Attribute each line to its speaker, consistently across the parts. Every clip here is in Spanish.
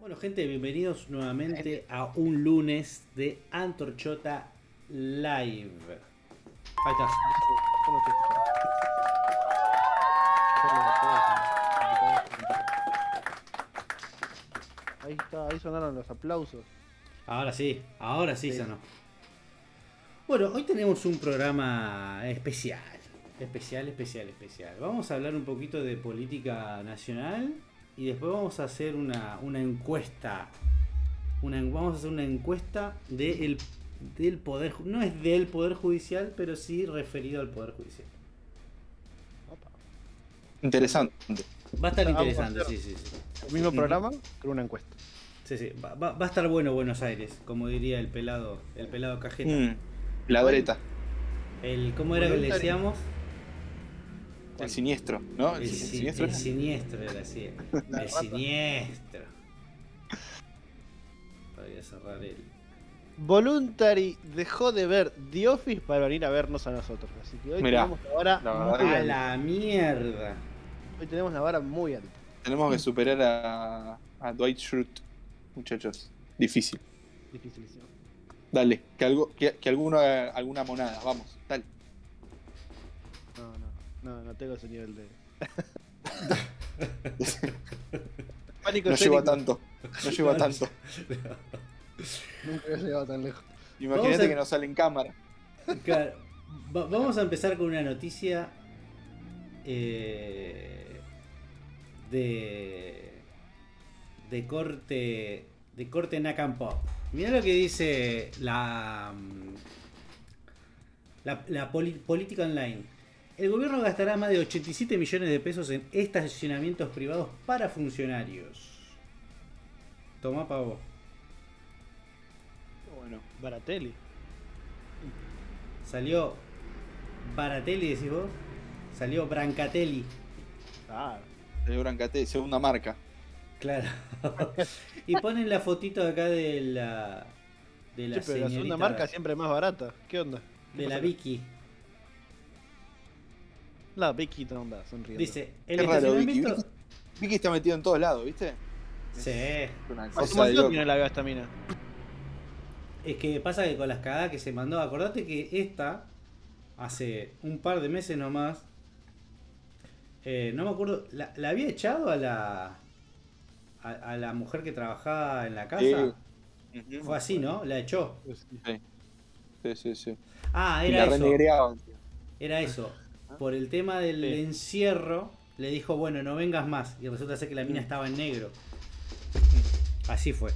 Speaker 1: Bueno, gente, bienvenidos nuevamente a un lunes de Antorchota Live. Ahí está.
Speaker 2: ¿Cómo te escuchas? Ahí está, ahí sonaron los aplausos.
Speaker 1: Ahora sí, ahora sí,
Speaker 2: Sí.
Speaker 1: sonó. Bueno, hoy tenemos un programa especial. Especial, especial, especial. Vamos a hablar un poquito de política nacional y después vamos a hacer una, una encuesta. Una, vamos a hacer una encuesta de el- del poder. ju- No es del poder judicial, pero sí referido al poder judicial.
Speaker 2: Opa.
Speaker 3: Interesante.
Speaker 1: Va a estar
Speaker 2: Vamos a
Speaker 1: interesante,
Speaker 2: hacer-
Speaker 1: sí, sí, sí.
Speaker 2: El mismo
Speaker 3: Ujú.
Speaker 2: programa con una encuesta.
Speaker 1: Sí, sí, Va, va- va a estar bueno Buenos Aires, como diría el pelado, el pelado cajeta.
Speaker 3: Mm, La Doreta,
Speaker 1: El, ¿Cómo era que le
Speaker 2: Voluntario.
Speaker 1: decíamos?
Speaker 3: el siniestro, ¿no? El,
Speaker 1: El,
Speaker 3: si-
Speaker 1: si-
Speaker 3: siniestro.
Speaker 1: el siniestro era así.
Speaker 2: Ah, La
Speaker 1: El
Speaker 2: rata.
Speaker 1: siniestro. Voy a cerrar el.
Speaker 2: Voluntary dejó de ver The Office para venir a vernos a nosotros. Así que hoy
Speaker 3: Mirá,
Speaker 2: tenemos la vara,
Speaker 3: la
Speaker 2: muy,
Speaker 3: verdad
Speaker 1: ¡A
Speaker 3: que-
Speaker 2: alta.
Speaker 1: la mierda!
Speaker 2: Hoy tenemos la vara muy alta.
Speaker 3: Tenemos que superar a, a Dwight Schrute, muchachos. Difícil.
Speaker 2: Dificilísimo.
Speaker 3: Dale, que, algo, que, que alguno haga alguna monada, vamos, dale.
Speaker 2: No, no, no, no tengo ese nivel de. Pánico
Speaker 3: No
Speaker 2: escénico,
Speaker 3: lleva tanto, no lleva tanto.
Speaker 2: Nunca he llegado tan lejos.
Speaker 1: Vamos a-
Speaker 3: Imagínate que no sale en cámara.
Speaker 1: Claro, va- vamos a empezar con una noticia eh, de de corte de corte Nakam Pop. Mirá lo que dice la mm, la, la poli- política online. El gobierno gastará más de 87 millones de pesos en estacionamientos privados para funcionarios. Toma pavo.
Speaker 3: Bueno,
Speaker 2: Baratelli.
Speaker 1: Salió Baratelli, decís vos. Salió Brancatelli.
Speaker 2: Ah,
Speaker 3: el Brancate, segunda marca.
Speaker 1: Claro. y ponen la fotito acá de la. De la,
Speaker 2: che, pero la
Speaker 1: señorita-
Speaker 2: segunda marca siempre es más barata. ¿Qué onda?
Speaker 1: De
Speaker 2: ¿Qué
Speaker 1: la
Speaker 2: pasa?
Speaker 1: Vicky.
Speaker 2: La Vicky no onda, sonriendo.
Speaker 1: Dice, el
Speaker 3: Qué raro, Vicky.
Speaker 1: estacionamiento.
Speaker 3: Vicky está metido en todos lados, ¿viste?
Speaker 1: Sí.
Speaker 3: Una
Speaker 2: Hace un
Speaker 3: cosa de
Speaker 2: montón
Speaker 3: loco.
Speaker 2: que no la veo a esta mina.
Speaker 1: Es que pasa que con las cagadas que se mandó, acordate que esta, hace un par de meses nomás, eh, no me acuerdo, la, la había echado a la a, a la mujer que trabajaba en la casa.
Speaker 3: Sí. Ujú.
Speaker 1: Fue así, ¿no? La echó.
Speaker 2: Pues
Speaker 3: Sí, sí, sí.
Speaker 1: Ah,
Speaker 3: Y
Speaker 1: era
Speaker 3: la
Speaker 1: eso.
Speaker 3: renegreaban.
Speaker 1: Era eso. Por el tema del
Speaker 2: Sí.
Speaker 1: encierro, le dijo, bueno, no vengas más. Y resulta ser que la mina estaba en negro. Así fue.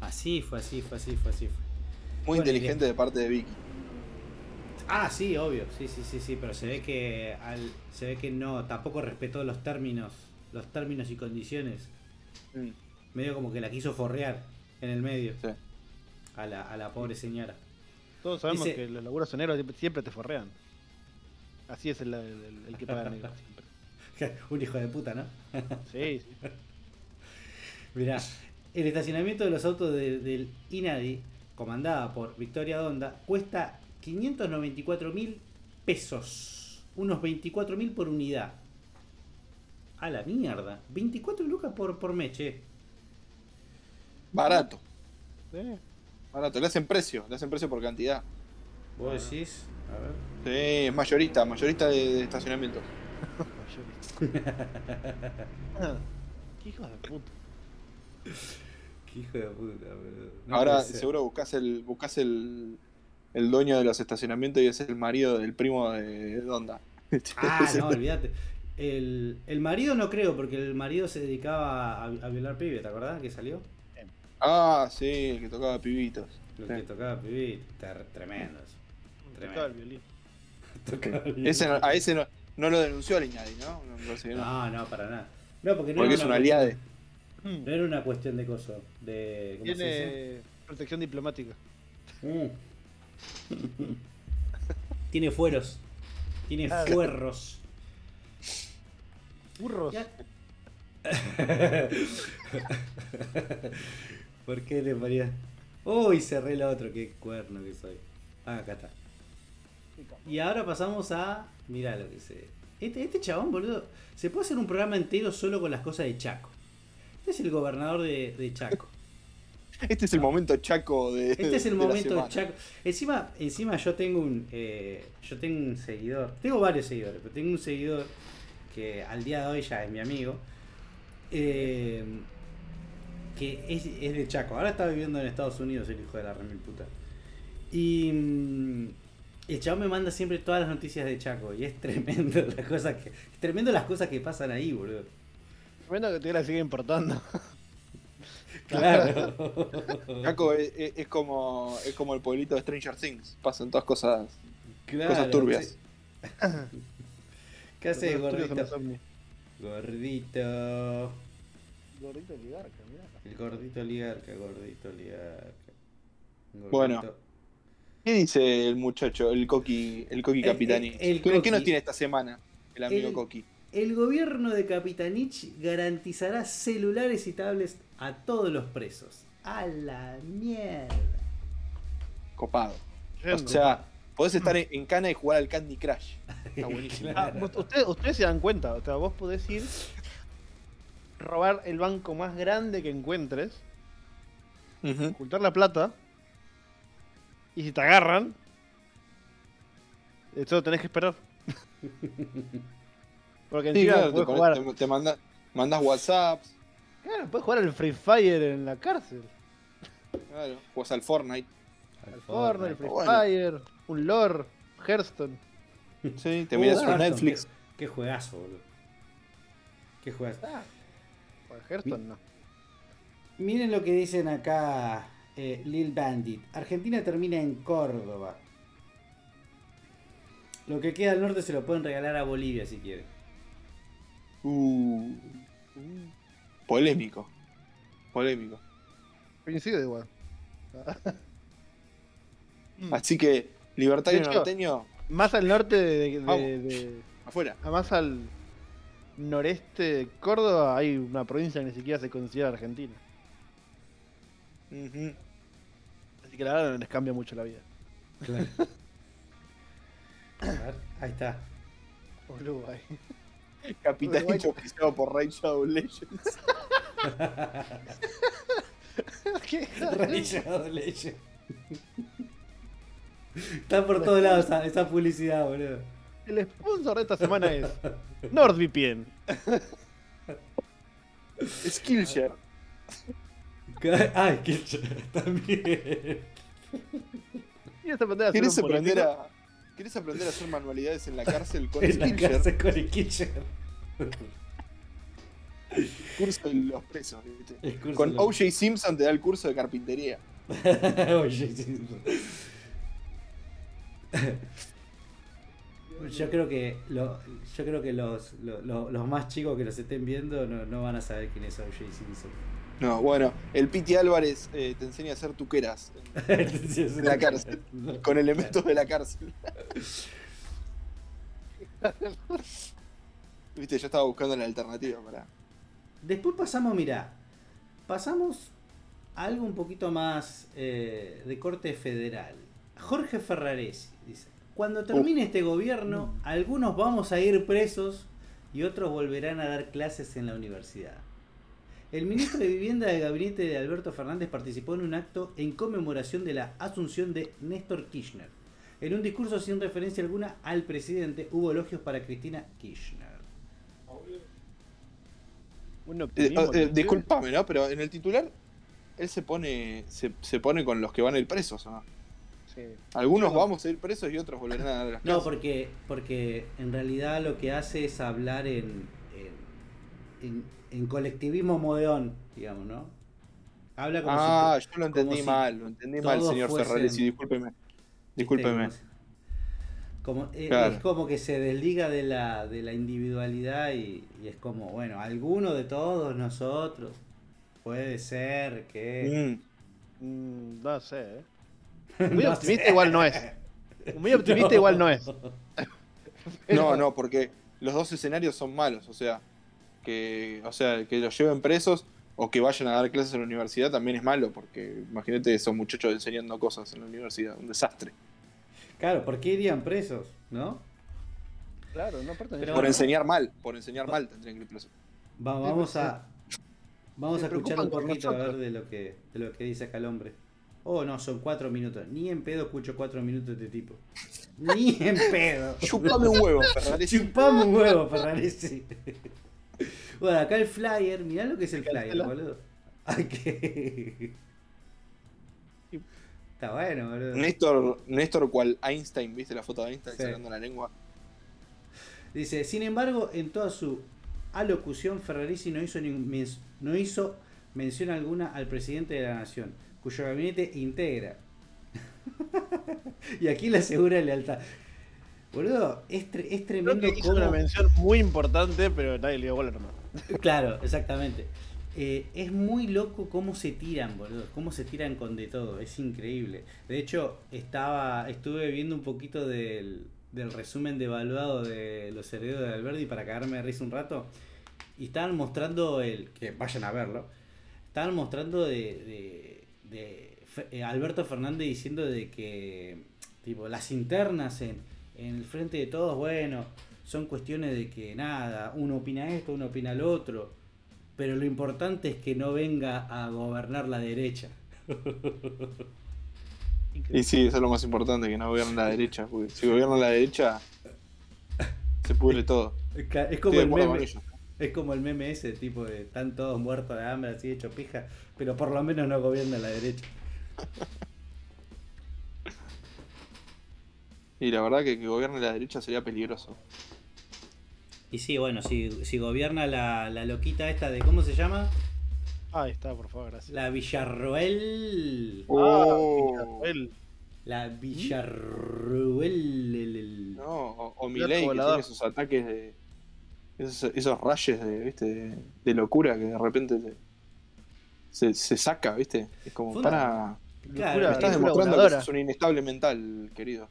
Speaker 1: Así fue, así fue, así fue, así fue.
Speaker 3: Muy
Speaker 1: Buena
Speaker 3: inteligente de parte de Vicky.
Speaker 1: Ah, sí, obvio. Sí, sí, sí, sí. Pero se ve que al- se ve que no, tampoco respetó los términos, los términos y condiciones.
Speaker 3: Mm,
Speaker 1: Medio como que la quiso forrear en el medio
Speaker 3: sí.
Speaker 1: a la, a la pobre señora.
Speaker 2: Todos sabemos
Speaker 1: Dice-
Speaker 2: que los laburos soneros siempre, siempre te forrean. Así es el, el- el- el que paga negro siempre.
Speaker 1: Un hijo de puta, ¿no?
Speaker 2: Sí, sí.
Speaker 1: Mirá, el estacionamiento de los autos de- del INADI, comandada por Victoria Donda, cuesta 594 mil pesos. Unos 24 mil por unidad. A la mierda. 24 lucas por, por mes, che.
Speaker 3: Barato.
Speaker 2: Sí.
Speaker 3: Barato, le hacen precio, le hacen precio por cantidad.
Speaker 1: ¿Vos decís? A ver.
Speaker 3: Sí, es mayorista, mayorista de, de estacionamiento.
Speaker 2: Ah, Qué hijos de puta.
Speaker 1: Qué hijo de puta, boludo. No
Speaker 3: Ahora
Speaker 1: puede ser.
Speaker 3: seguro buscas el, buscas el, el dueño de los estacionamientos y es el marido del primo de Donda.
Speaker 1: Ah, no, olvídate. El, el marido no creo, porque el marido se dedicaba a, a violar pibe, ¿te acordás? Que salió.
Speaker 3: Ah, sí, el que tocaba pibitos.
Speaker 1: Lo
Speaker 3: Sí.
Speaker 1: que tocaba pibe, ter- tremendo. eso. Tremendo.
Speaker 2: Tocaba el violín.
Speaker 1: Tocaba pibe.
Speaker 3: Ese no- a ese no, no lo denunció al Iñadi, ¿no? No, me parece que no.
Speaker 1: No, no, para nada. No, porque Ah, no era
Speaker 3: Porque es un
Speaker 1: una
Speaker 3: aliade.
Speaker 1: cuestión- No era una cuestión de coso. De, ¿cómo se dice?
Speaker 2: Tiene protección diplomática.
Speaker 1: Mm. Tiene fueros. Tiene
Speaker 2: Claro.
Speaker 1: fuerros.
Speaker 2: Burros.
Speaker 1: Ya. ¿Por qué le ponía? Uy, cerré la otro, qué cuerno que soy. Ah, acá está. Y ahora pasamos a. Mirá lo que se. Este, este chabón, boludo. Se puede hacer un programa entero solo con las cosas de Chaco. es el gobernador de, de Chaco.
Speaker 3: Este es el momento chaco de.
Speaker 1: Este es el
Speaker 3: de la
Speaker 1: momento
Speaker 3: semana.
Speaker 1: de Chaco. Encima, encima yo tengo un eh, yo tengo un seguidor. Tengo varios seguidores, pero tengo un seguidor que al día de hoy ya es mi amigo. eh, que es, es de Chaco. Ahora está viviendo en Estados Unidos el hijo de la remil puta. Y mm, el chavo me manda siempre todas las noticias de Chaco. Y es tremendo las cosas que. Tremendo las cosas que pasan ahí, boludo.
Speaker 2: Tremendo que te la sigue importando.
Speaker 1: Claro.
Speaker 3: Chaco es, es- es como, es como el pueblito de Stranger Things. Pasan todas cosas,
Speaker 1: Claro,
Speaker 3: cosas turbias.
Speaker 1: sí. ¿Qué haces,
Speaker 2: Los estudios
Speaker 1: gordito?
Speaker 2: son los ovnis.
Speaker 1: Gordito.
Speaker 2: Gordito oligarca, mirá.
Speaker 1: El gordito oligarca, gordito oligarca. Gordito-
Speaker 3: Bueno, ¿Qué dice el muchacho, el Coqui, el Coqui
Speaker 1: El-
Speaker 3: Capitani?
Speaker 1: el- el
Speaker 3: ¿Qué, qué nos
Speaker 1: Coqui.
Speaker 3: tiene esta semana el amigo
Speaker 1: El-
Speaker 3: Coqui?
Speaker 1: El gobierno de Capitanich garantizará celulares y tablets a todos los presos. A la mierda.
Speaker 3: Copado. O
Speaker 2: Yendo.
Speaker 3: sea, podés estar en, en cana y jugar al Candy Crush. Está buenísimo.
Speaker 2: Ah, vos- ustedes, ustedes se dan cuenta, o sea, vos podés ir, robar el banco más grande que encuentres,
Speaker 3: Ujú.
Speaker 2: ocultar la plata, y si te agarran, eh, solo tenés que esperar. Porque
Speaker 3: Sí,
Speaker 2: encima
Speaker 3: claro, te,
Speaker 2: podés
Speaker 3: pones-
Speaker 2: jugar,
Speaker 3: te- te manda- mandás WhatsApp,
Speaker 2: claro, podés jugar al Free Fire en la cárcel,
Speaker 3: claro, jugás al Fortnite.
Speaker 2: al Fortnite, al Free
Speaker 3: bueno.
Speaker 2: Fire, un lore, Hearthstone.
Speaker 3: Sí, te
Speaker 1: Uh,
Speaker 3: miras
Speaker 1: Hearthstone,
Speaker 3: Netflix.
Speaker 1: Qué, qué juegazo, boludo. Qué juegazo.
Speaker 2: Ah, bueno, Hearthstone no.
Speaker 1: Miren lo que dicen acá eh, Lil Bandit. Argentina termina en Córdoba. Lo que queda al norte se lo pueden regalar a Bolivia si quieren.
Speaker 3: Uh, uh, polémico. Polémico.
Speaker 2: Coincido igual.
Speaker 3: Así que, libertario
Speaker 2: De hecho-
Speaker 3: norteño,
Speaker 2: Más al norte de- de-
Speaker 3: Vamos.
Speaker 2: de,
Speaker 3: afuera.
Speaker 2: Además al noreste de Córdoba hay una provincia que ni siquiera se considera Argentina.
Speaker 3: Ujú.
Speaker 2: Así que la verdad no les cambia mucho la vida.
Speaker 1: A ver, ahí está.
Speaker 2: Uruguay.
Speaker 3: Capitán
Speaker 2: Uruguay.
Speaker 3: pisado por Raid Shadow Legends.
Speaker 2: ¿Qué?
Speaker 1: Rayado Legend. está por todos lados esa, esa publicidad, boludo.
Speaker 2: El sponsor de esta semana es NordVPN.
Speaker 3: Skillshare.
Speaker 1: Ay, qué ch- también.
Speaker 2: ¿Quieres aprender a hacer
Speaker 3: ¿Querés
Speaker 2: un
Speaker 3: aprender,
Speaker 2: político?
Speaker 3: a, ¿Querés aprender a hacer manualidades en la cárcel con
Speaker 1: En la
Speaker 3: Skillshare?
Speaker 1: casa con el Kitchen.
Speaker 3: Curso de los presos. ¿viste?
Speaker 1: El curso
Speaker 3: Con
Speaker 1: lo-
Speaker 3: O.J. Simpson te da el curso de carpintería.
Speaker 1: Oye, sí. Yo creo que lo- yo creo que los, lo- lo- los más chicos que los estén viendo no, no van a saber quién es O.J. Simpson.
Speaker 3: No, bueno, el Piti Álvarez eh, te enseña a hacer tuqueras
Speaker 1: Entonces,
Speaker 3: En la cárcel.
Speaker 1: no.
Speaker 3: con elementos de la cárcel. Viste, yo estaba buscando la alternativa para.
Speaker 1: Después pasamos, mirá, pasamos a algo un poquito más eh, de corte federal. Jorge Ferraresi dice, cuando termine este gobierno, algunos vamos a ir presos y otros volverán a dar clases en la universidad. El ministro de Vivienda del gabinete de Alberto Fernández participó en un acto en conmemoración de la asunción de Néstor Kirchner. En un discurso sin referencia alguna al presidente hubo elogios para Cristina Kirchner.
Speaker 2: Un
Speaker 3: Eh,
Speaker 2: optimismo,
Speaker 3: eh,
Speaker 2: ¿no?
Speaker 3: disculpame, ¿no? Pero en el titular, él se pone. se, se pone con los que van a ir presos, ¿o ¿no?
Speaker 2: Sí.
Speaker 3: Algunos
Speaker 2: Yo no.
Speaker 3: vamos a ir presos y otros volverán a dar las
Speaker 1: No,
Speaker 3: clases.
Speaker 1: porque, porque en realidad lo que hace es hablar en, en- en, en colectivismo modeón, digamos, ¿no? Habla como
Speaker 3: Ah,
Speaker 1: si...
Speaker 3: yo lo entendí
Speaker 1: si
Speaker 3: mal, lo entendí mal,
Speaker 1: todos
Speaker 3: señor
Speaker 1: fuesen- este,
Speaker 3: Ferraresi, discúlpeme.
Speaker 1: te-
Speaker 3: Discúlpeme.
Speaker 1: viste, Como, si- como- eh,
Speaker 3: Claro.
Speaker 1: Es como que se desliga de la, de la individualidad y, y es como, bueno, alguno de todos nosotros puede ser que...
Speaker 3: Mm,
Speaker 2: Mm, no sé, eh.
Speaker 1: No
Speaker 2: Muy
Speaker 1: sé.
Speaker 2: optimista igual no es. Muy optimista igual no es.
Speaker 3: No, no, porque los dos escenarios son malos, o sea, que, o sea, que los lleven presos o que vayan a dar clases en la universidad también es malo, porque imagínate esos muchachos enseñando cosas en la universidad, un desastre.
Speaker 1: Claro, ¿por qué irían presos? ¿No?
Speaker 2: Claro, no aparte
Speaker 1: Pero
Speaker 3: Por
Speaker 1: bueno.
Speaker 3: enseñar mal, por enseñar mal tendrían que ir presos.
Speaker 1: Va- vamos
Speaker 2: pues,
Speaker 1: a. Vamos
Speaker 2: Se
Speaker 1: a escuchar un
Speaker 2: preocupan
Speaker 1: poquito
Speaker 2: por
Speaker 1: a ver
Speaker 2: nosotros.
Speaker 1: de lo que de lo que dice acá el hombre. Oh, no, son cuatro minutos. Ni en pedo escucho cuatro minutos de este tipo. Ni en pedo.
Speaker 3: Chupame un huevo, Ferraresi.
Speaker 1: Chupame un huevo, Ferraresi. Bueno, acá el flyer. Mirá lo que es el flyer,
Speaker 2: Cancela.
Speaker 1: boludo. Aquí. Está bueno, boludo.
Speaker 3: Néstor, Néstor cual Einstein, ¿viste la foto de Einstein
Speaker 1: Sí.
Speaker 3: sacando la lengua?
Speaker 1: Dice, sin embargo, en toda su alocución, Ferrarisi no hizo, ni- men- no hizo mención alguna al presidente de la nación, cuyo gabinete integra. y aquí le asegura lealtad. Boludo, es, tre- es
Speaker 2: Creo
Speaker 1: tremendo
Speaker 2: que hizo
Speaker 1: cómo-
Speaker 2: una mención muy importante, pero nadie le dio bola nomás.
Speaker 1: Claro, exactamente. Eh, es muy loco cómo se tiran, boludo. Cómo se tiran con de todo. Es increíble. De hecho, estaba, estuve viendo un poquito del, del resumen devaluado de los herederos de Alberti para cagarme de risa un rato. Y estaban mostrando el. que vayan a verlo. Estaban mostrando de. de, de Fe- eh, Alberto Fernández diciendo de que. Tipo, las internas en, en el frente de todos, bueno, son cuestiones de que nada, uno opina esto, uno opina lo otro. Pero lo importante es que no venga a gobernar la derecha.
Speaker 3: Y sí, eso es lo más importante, que no gobiernen la derecha, porque si gobiernan la derecha se pudre todo.
Speaker 1: Es ca- Es
Speaker 3: Estoy
Speaker 1: como
Speaker 3: de
Speaker 1: el
Speaker 3: acuerdo con
Speaker 1: meme,
Speaker 3: ellos.
Speaker 1: es como el meme ese, tipo de están todos muertos de hambre, así hecho pija, pero por lo menos no gobierna la derecha.
Speaker 3: Y la verdad que que gobierne la derecha sería peligroso.
Speaker 1: Y sí, bueno, si, si gobierna la, la loquita esta de, ¿cómo se llama?
Speaker 2: Ahí está, por favor, gracias. Ah,
Speaker 1: La Villarroel.
Speaker 3: Uh. Oh.
Speaker 2: Él,
Speaker 1: La Villarroel. el- el-
Speaker 3: No, o, o Milei, que
Speaker 2: volador.
Speaker 3: tiene esos ataques de. Esos, esos rayes de, ¿viste? De, de locura que de repente te- se, se saca, ¿viste? Es como
Speaker 1: Fue una-
Speaker 3: para.
Speaker 1: Claro,
Speaker 3: Me
Speaker 2: locura,
Speaker 3: estás
Speaker 2: locura
Speaker 3: demostrando que
Speaker 2: voladora.
Speaker 3: sos un inestable mental, querido.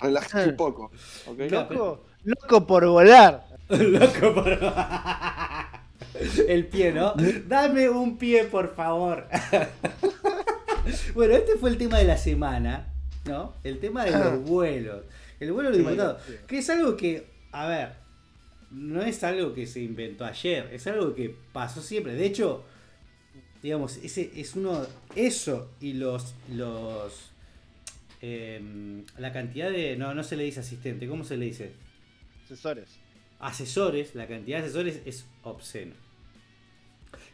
Speaker 3: Relájate un poco, ¿ok?
Speaker 1: No.
Speaker 2: Loco, loco por volar.
Speaker 1: Loco, por... El pie, ¿no? Dame un pie, por favor. bueno, este fue el tema de la semana, ¿no? El tema de los vuelos. El vuelo de diputado. Que es algo que, a ver, no es algo que se inventó ayer, es algo que pasó siempre. De hecho, digamos, ese es uno. Eso y los. los em, la cantidad de. No, no se le dice asistente, ¿cómo se le dice?
Speaker 2: Asesores.
Speaker 1: asesores, la cantidad de asesores es obsceno.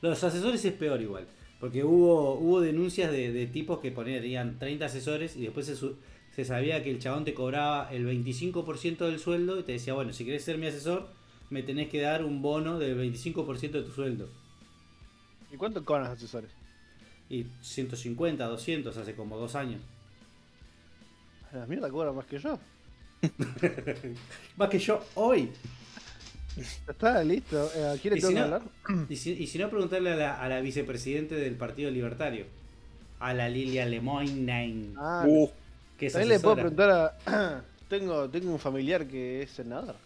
Speaker 1: Los asesores es peor igual, porque hubo, hubo denuncias de, de tipos que ponían, tenían 30 asesores y después se, su- se sabía que el chabón te cobraba el 25% del sueldo y te decía, bueno, si querés ser mi asesor, me tenés que dar un bono del 25% de tu sueldo.
Speaker 2: ¿Y cuánto cobran los asesores?
Speaker 1: Y 150, 200, hace como dos años.
Speaker 2: A la mierda cobran más que yo.
Speaker 1: Más que yo hoy.
Speaker 2: Ya Está listo. Eh, ¿Quiere
Speaker 1: ¿Y
Speaker 2: tengo
Speaker 1: si
Speaker 2: que
Speaker 1: no?
Speaker 2: hablar?
Speaker 1: Y si, y si no, preguntarle a la, a la vicepresidente del Partido Libertario, a la Lilia Lemoyne.
Speaker 2: Ah,
Speaker 3: Uh,
Speaker 1: que es
Speaker 2: también le puedo
Speaker 1: asesora.
Speaker 2: preguntar a. tengo, tengo un familiar que es senador.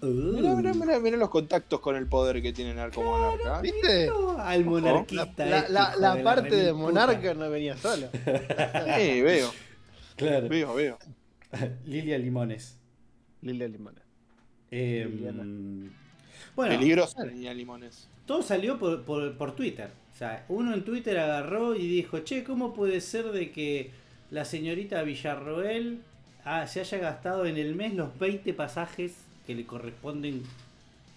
Speaker 1: Uh,
Speaker 3: mirá, mirá, mirá, mirá los contactos con el poder que tienen Narcomonarca.
Speaker 2: ¿Viste?
Speaker 1: Al monarquista.
Speaker 2: La,
Speaker 1: este,
Speaker 2: la-
Speaker 1: hijo
Speaker 2: la
Speaker 1: de
Speaker 2: parte de
Speaker 1: remil
Speaker 2: monarca no venía sola.
Speaker 3: Sí, veo,
Speaker 1: puta. Claro.
Speaker 3: veo, veo.
Speaker 1: Lilia Limones.
Speaker 2: Lilia Limona.
Speaker 1: Eh,
Speaker 2: Liliana.
Speaker 1: bueno,
Speaker 3: Peligroso tenía limones.
Speaker 1: todo salió por, por, por Twitter. O sea, uno en Twitter agarró y dijo, che, ¿cómo puede ser de que la señorita Villarroel ah, se haya gastado en el mes los 20 pasajes que le corresponden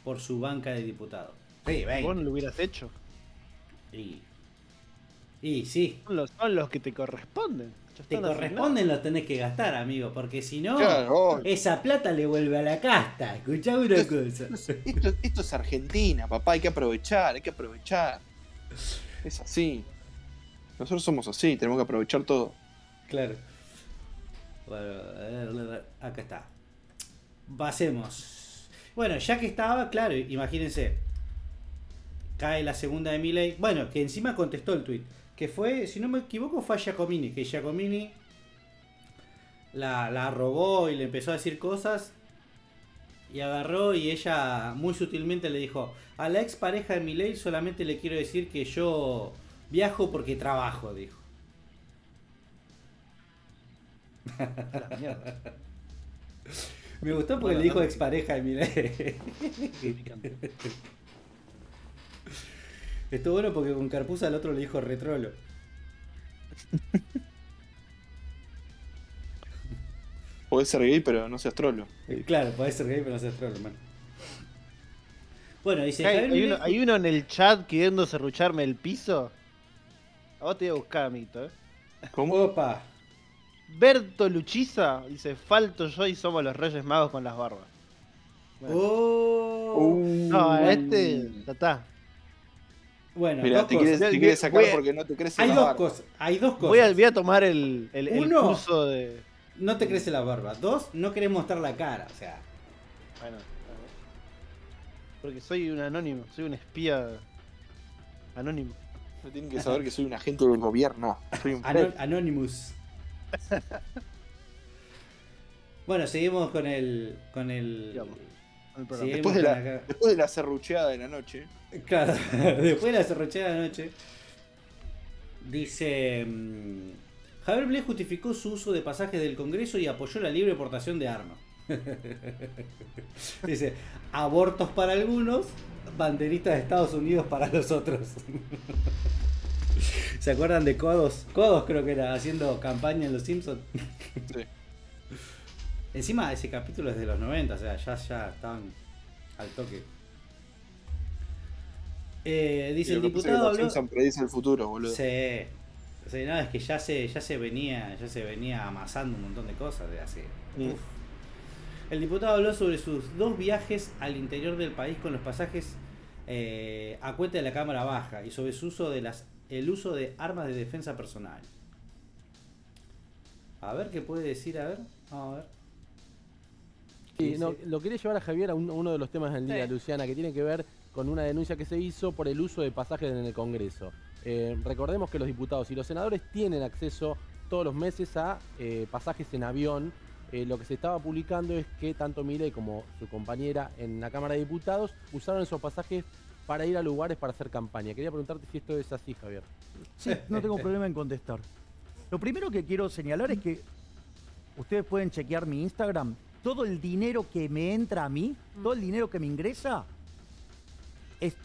Speaker 1: por su banca de diputado? Sí,
Speaker 2: Vos no lo hubieras hecho.
Speaker 1: Y, y sí,
Speaker 2: Son los, son los que te corresponden. Ya
Speaker 1: te
Speaker 2: están asignados.
Speaker 1: corresponden los tenés que gastar, amigo, porque si no...
Speaker 3: Claro, oh,
Speaker 1: Esa plata le vuelve a la casta. Escuchá una cosa.
Speaker 3: esto, esto es Argentina, papá, hay que aprovechar, hay que aprovechar. Es así. Nosotros somos así, tenemos que aprovechar todo.
Speaker 1: Claro. Bueno, eh, acá está. Pasemos. Bueno, ya que estaba, claro, imagínense. Cae la segunda de Miley. Bueno, que encima contestó el tweet. Que fue, si no me equivoco, fue a Giacomini. Que Giacomini la, la robó y le empezó a decir cosas. Y agarró y ella muy sutilmente le dijo: A la ex pareja de Miley solamente le quiero decir que yo viajo porque trabajo, dijo.
Speaker 2: La mierda.
Speaker 1: Me gustó porque
Speaker 2: Bueno,
Speaker 1: le dijo
Speaker 2: no.
Speaker 1: expareja de Milei. Estuvo bueno porque con Carpuza al otro le dijo retrolo.
Speaker 3: Podés ser gay, pero no seas trolo.
Speaker 1: Eh, Claro, puede ser gay, pero no seas trolo, hermano. Bueno, dice
Speaker 2: Hay,
Speaker 1: Javier
Speaker 2: hay uno,
Speaker 1: Milei-
Speaker 2: hay uno en el chat queriendo serrucharme el piso. A vos te voy a buscar, amiguito. ¿eh?
Speaker 3: ¿Cómo?
Speaker 1: Opa.
Speaker 2: Berto Luchiza dice: Falto yo y somos los Reyes Magos con las barbas. Bueno.
Speaker 1: Oh.
Speaker 3: Uh,
Speaker 2: No, a este. Ya está.
Speaker 1: Bueno,
Speaker 3: Mira,
Speaker 1: dos
Speaker 3: te
Speaker 1: cosas.
Speaker 3: quieres, te
Speaker 2: Voy-
Speaker 3: quieres sacar
Speaker 2: voy-
Speaker 3: porque no te crees
Speaker 1: Hay
Speaker 3: la
Speaker 1: dos
Speaker 3: barba.
Speaker 1: cosas. Hay dos cosas.
Speaker 2: Voy a, voy a tomar el, el, el
Speaker 1: Uno.
Speaker 2: curso de.
Speaker 1: No te crece la barba. Dos, no querés mostrar la cara. O sea,
Speaker 2: Bueno, a ver. porque soy un anónimo, soy un espía anónimo.
Speaker 3: No tienen que saber que soy un agente del gobierno. Soy un
Speaker 1: Ano-
Speaker 3: pez.
Speaker 1: Anonymous. bueno, seguimos con el. Con el.
Speaker 2: Digamos, en el programa.
Speaker 1: Seguimos
Speaker 3: Después de la-
Speaker 1: con la-
Speaker 3: Después de la serrucheada de la noche,
Speaker 1: Claro, después de la cerrochada de la noche. Dice. mm, Javier Blé justificó su uso de pasajes del Congreso y apoyó la libre portación de armas. Dice, abortos para algunos, banderitas de Estados Unidos para los otros. ¿Se acuerdan de Codos? Codos creo que era haciendo campaña en Los Simpsons.
Speaker 3: sí.
Speaker 1: Encima ese capítulo es de los 90, o sea, ya, ya estaban al toque. Eh, dice
Speaker 3: Y
Speaker 1: el
Speaker 3: lo que pasa es que
Speaker 1: diputado
Speaker 3: Los
Speaker 1: habló...
Speaker 3: Simpson predice el futuro, boludo.
Speaker 1: Sí. Sí, no, es que ya se, ya se venía, ya se venía amasando un montón de cosas de hace.
Speaker 2: Mm.
Speaker 1: Uf. El diputado habló sobre sus dos viajes al interior del país con los pasajes eh, a cuenta de la Cámara Baja y sobre su uso de las, el uso de armas de defensa personal. A ver qué puede decir, a ver, vamos a ver.
Speaker 4: Sí, no,
Speaker 1: Sí, sí.
Speaker 4: lo quería llevar a Javier a, un- a uno de los temas del día,
Speaker 5: Sí.
Speaker 4: Luciana, que tiene que ver con una denuncia que se hizo por el uso de pasajes en el Congreso. Eh, recordemos que los diputados y los senadores tienen acceso todos los meses a eh, pasajes en avión. Eh, lo que se estaba publicando es que tanto Milei como su compañera en la Cámara de Diputados usaron esos pasajes para ir a lugares para hacer campaña. Quería preguntarte si esto es así, Javier.
Speaker 6: Sí, no tengo problema en contestar. Lo primero que quiero señalar es que ustedes pueden chequear mi Instagram. Todo el dinero que me entra a mí,
Speaker 5: Mm.
Speaker 6: todo el dinero que me ingresa, es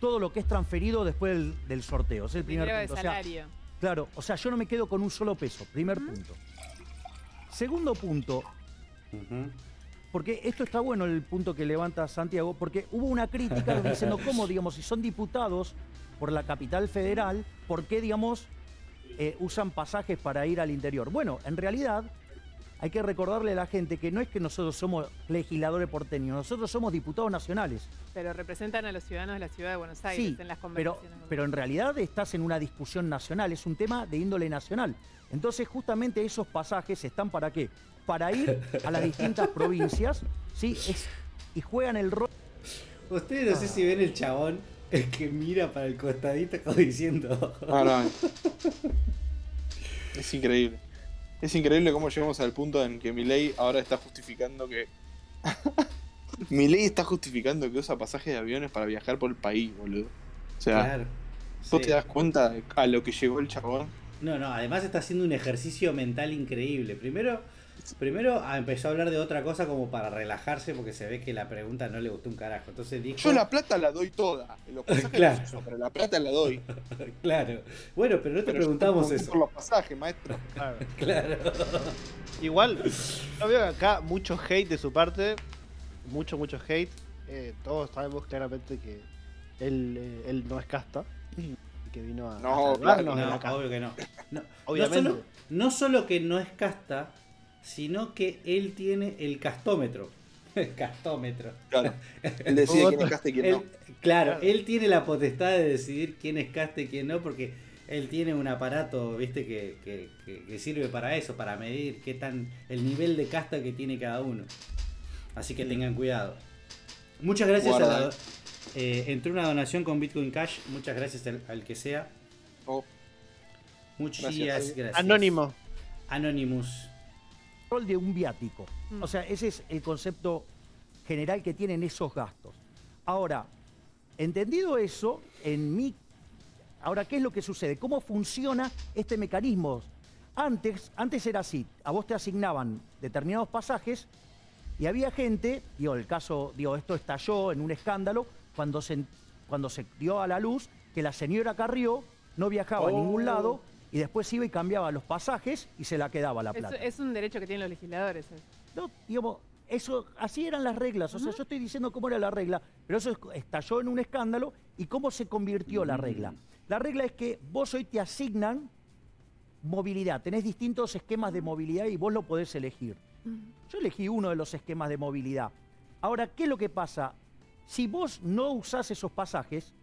Speaker 6: todo lo que es transferido después del, del sorteo. Es el primer
Speaker 5: Dinero de
Speaker 6: punto. O sea,
Speaker 5: salario.
Speaker 6: Claro, o sea, yo no me quedo con un solo peso, primer punto. Segundo punto,
Speaker 1: Ujú.
Speaker 6: porque esto está bueno el punto que levanta Santiago, porque hubo una crítica diciendo cómo, digamos, si son diputados por la capital federal, ¿por qué, digamos, eh, usan pasajes para ir al interior? Bueno, en realidad hay que recordarle a la gente que no es que nosotros somos legisladores porteños, nosotros somos diputados nacionales.
Speaker 5: Pero representan a los ciudadanos de la ciudad de Buenos Aires
Speaker 6: Sí,
Speaker 5: en las
Speaker 6: pero,
Speaker 5: conversaciones.
Speaker 6: pero en realidad estás en una discusión nacional, es un tema de índole nacional. Entonces, justamente esos pasajes están para qué? Para ir a las distintas provincias, ¿sí? Es- y juegan el rol.
Speaker 1: Ustedes no sé si ven el chabón eh, que mira para el costadito como diciendo.
Speaker 3: No, no. Es increíble. Es increíble cómo llegamos al punto en que Milei ahora está justificando que. Milei está justificando que usa pasajes de aviones para viajar por el país, boludo. O sea,
Speaker 1: Claro.
Speaker 3: ¿vos
Speaker 1: Sí.
Speaker 3: te das cuenta de a lo que llegó el chabón?
Speaker 1: No, no, además está haciendo un ejercicio mental increíble. Primero, primero ah, empezó a hablar de otra cosa como para relajarse porque se ve que la pregunta no le gustó un carajo. Entonces dijo,
Speaker 3: Yo la plata la doy toda. Los pasajes
Speaker 1: Claro.
Speaker 3: los uso, pero la plata la doy.
Speaker 1: claro. Bueno, pero no te
Speaker 3: Pero yo
Speaker 1: preguntamos
Speaker 3: me
Speaker 1: eso.
Speaker 3: Por los pasajes, maestro.
Speaker 2: Claro.
Speaker 1: Claro.
Speaker 2: Igual, yo veo acá mucho hate de su parte. Mucho, mucho hate. Eh, todos sabemos claramente que él, eh, él no es casta. Y que vino a,
Speaker 3: No,
Speaker 2: a salvarnos de
Speaker 1: No,
Speaker 2: la casta.
Speaker 1: obvio que no. No, no
Speaker 2: Obviamente.
Speaker 1: solo- no solo que no es casta, sino que él tiene el castómetro. El castómetro.
Speaker 3: Claro. Él decide quién es casta y quién
Speaker 1: Él-
Speaker 3: no.
Speaker 1: claro,
Speaker 2: Claro.
Speaker 1: él tiene la potestad de decidir quién es casta y quién no, porque él tiene un aparato, viste, que, que- que- que sirve para eso, para medir qué tan el nivel de casta que tiene cada uno. Así que tengan cuidado. Muchas gracias a la,
Speaker 3: Guarda.
Speaker 1: eh, entró una donación con Bitcoin Cash. Muchas gracias al, al que sea.
Speaker 3: Oh,
Speaker 1: Muchas gracias.
Speaker 3: Gracias.
Speaker 2: Anónimo.
Speaker 1: Anonymous.
Speaker 6: rol de un viático.
Speaker 5: Mm.
Speaker 6: O sea, ese es el concepto general que tienen esos gastos. Ahora, entendido eso, en mi. Ahora, ¿qué es lo que sucede? ¿Cómo funciona este mecanismo? Antes, antes era así, a vos te asignaban determinados pasajes Y había gente, digo, el caso, digo, esto estalló en un escándalo cuando se, cuando se dio a la luz que la señora Carrió no viajaba a
Speaker 5: Oh.
Speaker 6: ningún lado y después iba y cambiaba los pasajes y se la quedaba la
Speaker 5: Es,
Speaker 6: plata.
Speaker 5: es un derecho que tienen los legisladores. eh.
Speaker 6: No, digamos, eso, así eran las reglas. O sea, yo estoy diciendo cómo era la regla, pero eso es- estalló en un escándalo y cómo se convirtió la regla. La regla es que vos hoy te asignan movilidad, tenés distintos esquemas de movilidad y vos lo podés elegir. Yo elegí uno de los esquemas de movilidad. Ahora, ¿qué es lo que pasa? Si vos no usás esos pasajes,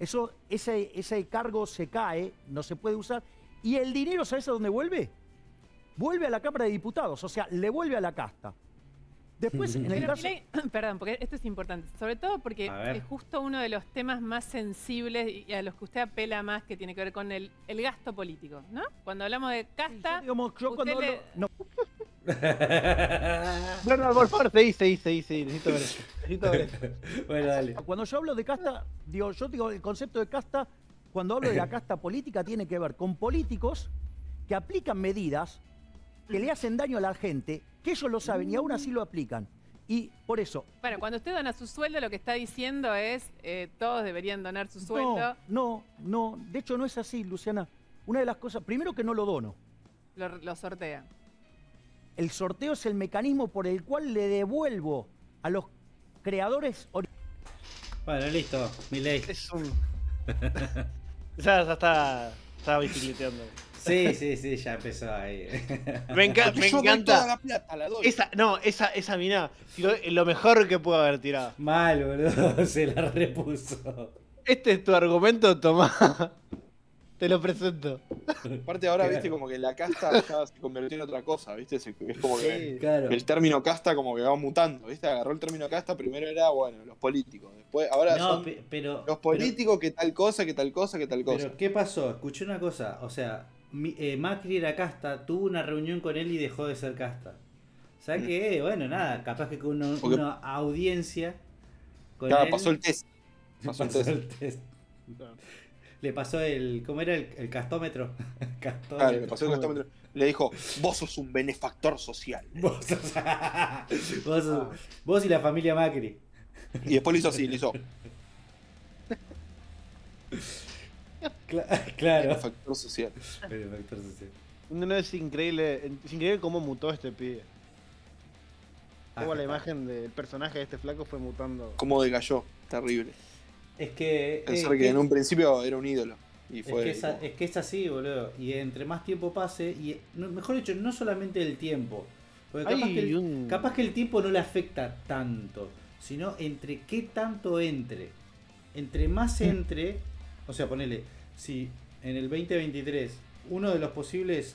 Speaker 6: eso, ese, ese cargo se cae, no se puede usar, y el dinero, ¿sabes a dónde vuelve? Vuelve a la Cámara de Diputados, o sea, le vuelve a la casta. Después, en el
Speaker 5: Pero
Speaker 6: caso...
Speaker 5: Milei- perdón, porque esto es importante, sobre todo porque
Speaker 1: A ver.
Speaker 5: es justo uno de los temas más sensibles y a los que usted apela más que tiene que ver con el, el gasto político, ¿no? Cuando hablamos de casta,
Speaker 6: digamos, yo
Speaker 5: usted
Speaker 6: cuando
Speaker 5: le-
Speaker 6: hablo- no,
Speaker 2: No, no, por favor, seguí, seguí, seguí, seguí. Necesito ver esto. Necesito ver esto.
Speaker 1: bueno, dale.
Speaker 6: Cuando yo hablo de casta, digo, yo digo, el concepto de casta, cuando hablo de la casta política, tiene que ver con políticos que aplican medidas que le hacen daño a la gente, que ellos lo saben y aún así lo aplican. Y por eso,
Speaker 5: bueno, cuando usted dona su sueldo, lo que está diciendo es eh, todos deberían donar su sueldo,
Speaker 6: no, no, no, de hecho no es así, Luciana. Una de las cosas, primero que no lo dono.
Speaker 5: lo, lo sortea.
Speaker 6: El sorteo es el mecanismo por el cual le devuelvo a los creadores ori-
Speaker 1: Bueno, listo, Milei.
Speaker 2: Es un. Ya, ya está. Está bicicleteando.
Speaker 1: Sí, sí, sí, ya empezó ahí.
Speaker 2: Me, enca-
Speaker 3: Porque
Speaker 2: me
Speaker 3: yo doy toda
Speaker 2: encanta.
Speaker 3: la plata, la doy.
Speaker 2: Esa, no, esa, esa mina. Lo, lo mejor que puedo haber tirado.
Speaker 1: Mal, boludo, se la repuso.
Speaker 2: Este es tu argumento, Tomás. Te lo presento.
Speaker 3: Aparte ahora,
Speaker 1: Claro.
Speaker 3: viste, como que la casta ya se convirtió en otra cosa, viste, se- es como que
Speaker 1: Claro.
Speaker 3: el término casta como que va mutando, viste, agarró el término casta, primero era, bueno, los políticos, después, ahora
Speaker 1: No,
Speaker 3: son
Speaker 1: pe- pero.
Speaker 3: los
Speaker 1: pero-
Speaker 3: políticos, que tal cosa, que tal cosa, que tal cosa.
Speaker 1: Pero, ¿qué pasó? Escuché una cosa. O sea, mi- eh, Macri era casta, tuvo una reunión con él y dejó de ser casta. O sea que, bueno, nada, capaz que con una,
Speaker 3: Mm. Porque-
Speaker 1: una audiencia. Con
Speaker 3: Claro,
Speaker 1: él-
Speaker 3: pasó el test. pasó el
Speaker 1: pasó
Speaker 3: test.
Speaker 1: el test. Le pasó el. ¿Cómo era el, el castómetro? castómetro.
Speaker 3: Claro, le pasó el gastómetro. Le dijo, vos sos un benefactor social.
Speaker 1: Vos, sos- vos sos-
Speaker 2: Ah.
Speaker 1: vos y la familia Macri.
Speaker 3: Y después le hizo así, le hizo
Speaker 1: Cla- claro.
Speaker 3: benefactor social.
Speaker 1: Benefactor social.
Speaker 2: No, no, es increíble. Es increíble cómo mutó este pibe.
Speaker 1: Ah,
Speaker 2: Cómo la imagen del personaje de este flaco fue mutando.
Speaker 3: Cómo decayó, terrible.
Speaker 1: Eh, Es que.
Speaker 3: Pensar
Speaker 1: eh,
Speaker 3: que
Speaker 1: es-
Speaker 3: en un principio era un ídolo. Y
Speaker 1: Es
Speaker 3: fue
Speaker 1: que, es, a-
Speaker 3: como-
Speaker 1: es que es así, boludo. Y entre más tiempo pase, y no- mejor dicho, no solamente el tiempo. Porque capaz,
Speaker 2: Hay
Speaker 1: que el,
Speaker 2: un-
Speaker 1: capaz que el tiempo no le afecta tanto, sino entre qué tanto entre. Entre más entre, o sea, ponele, si en el 2023 uno de los posibles,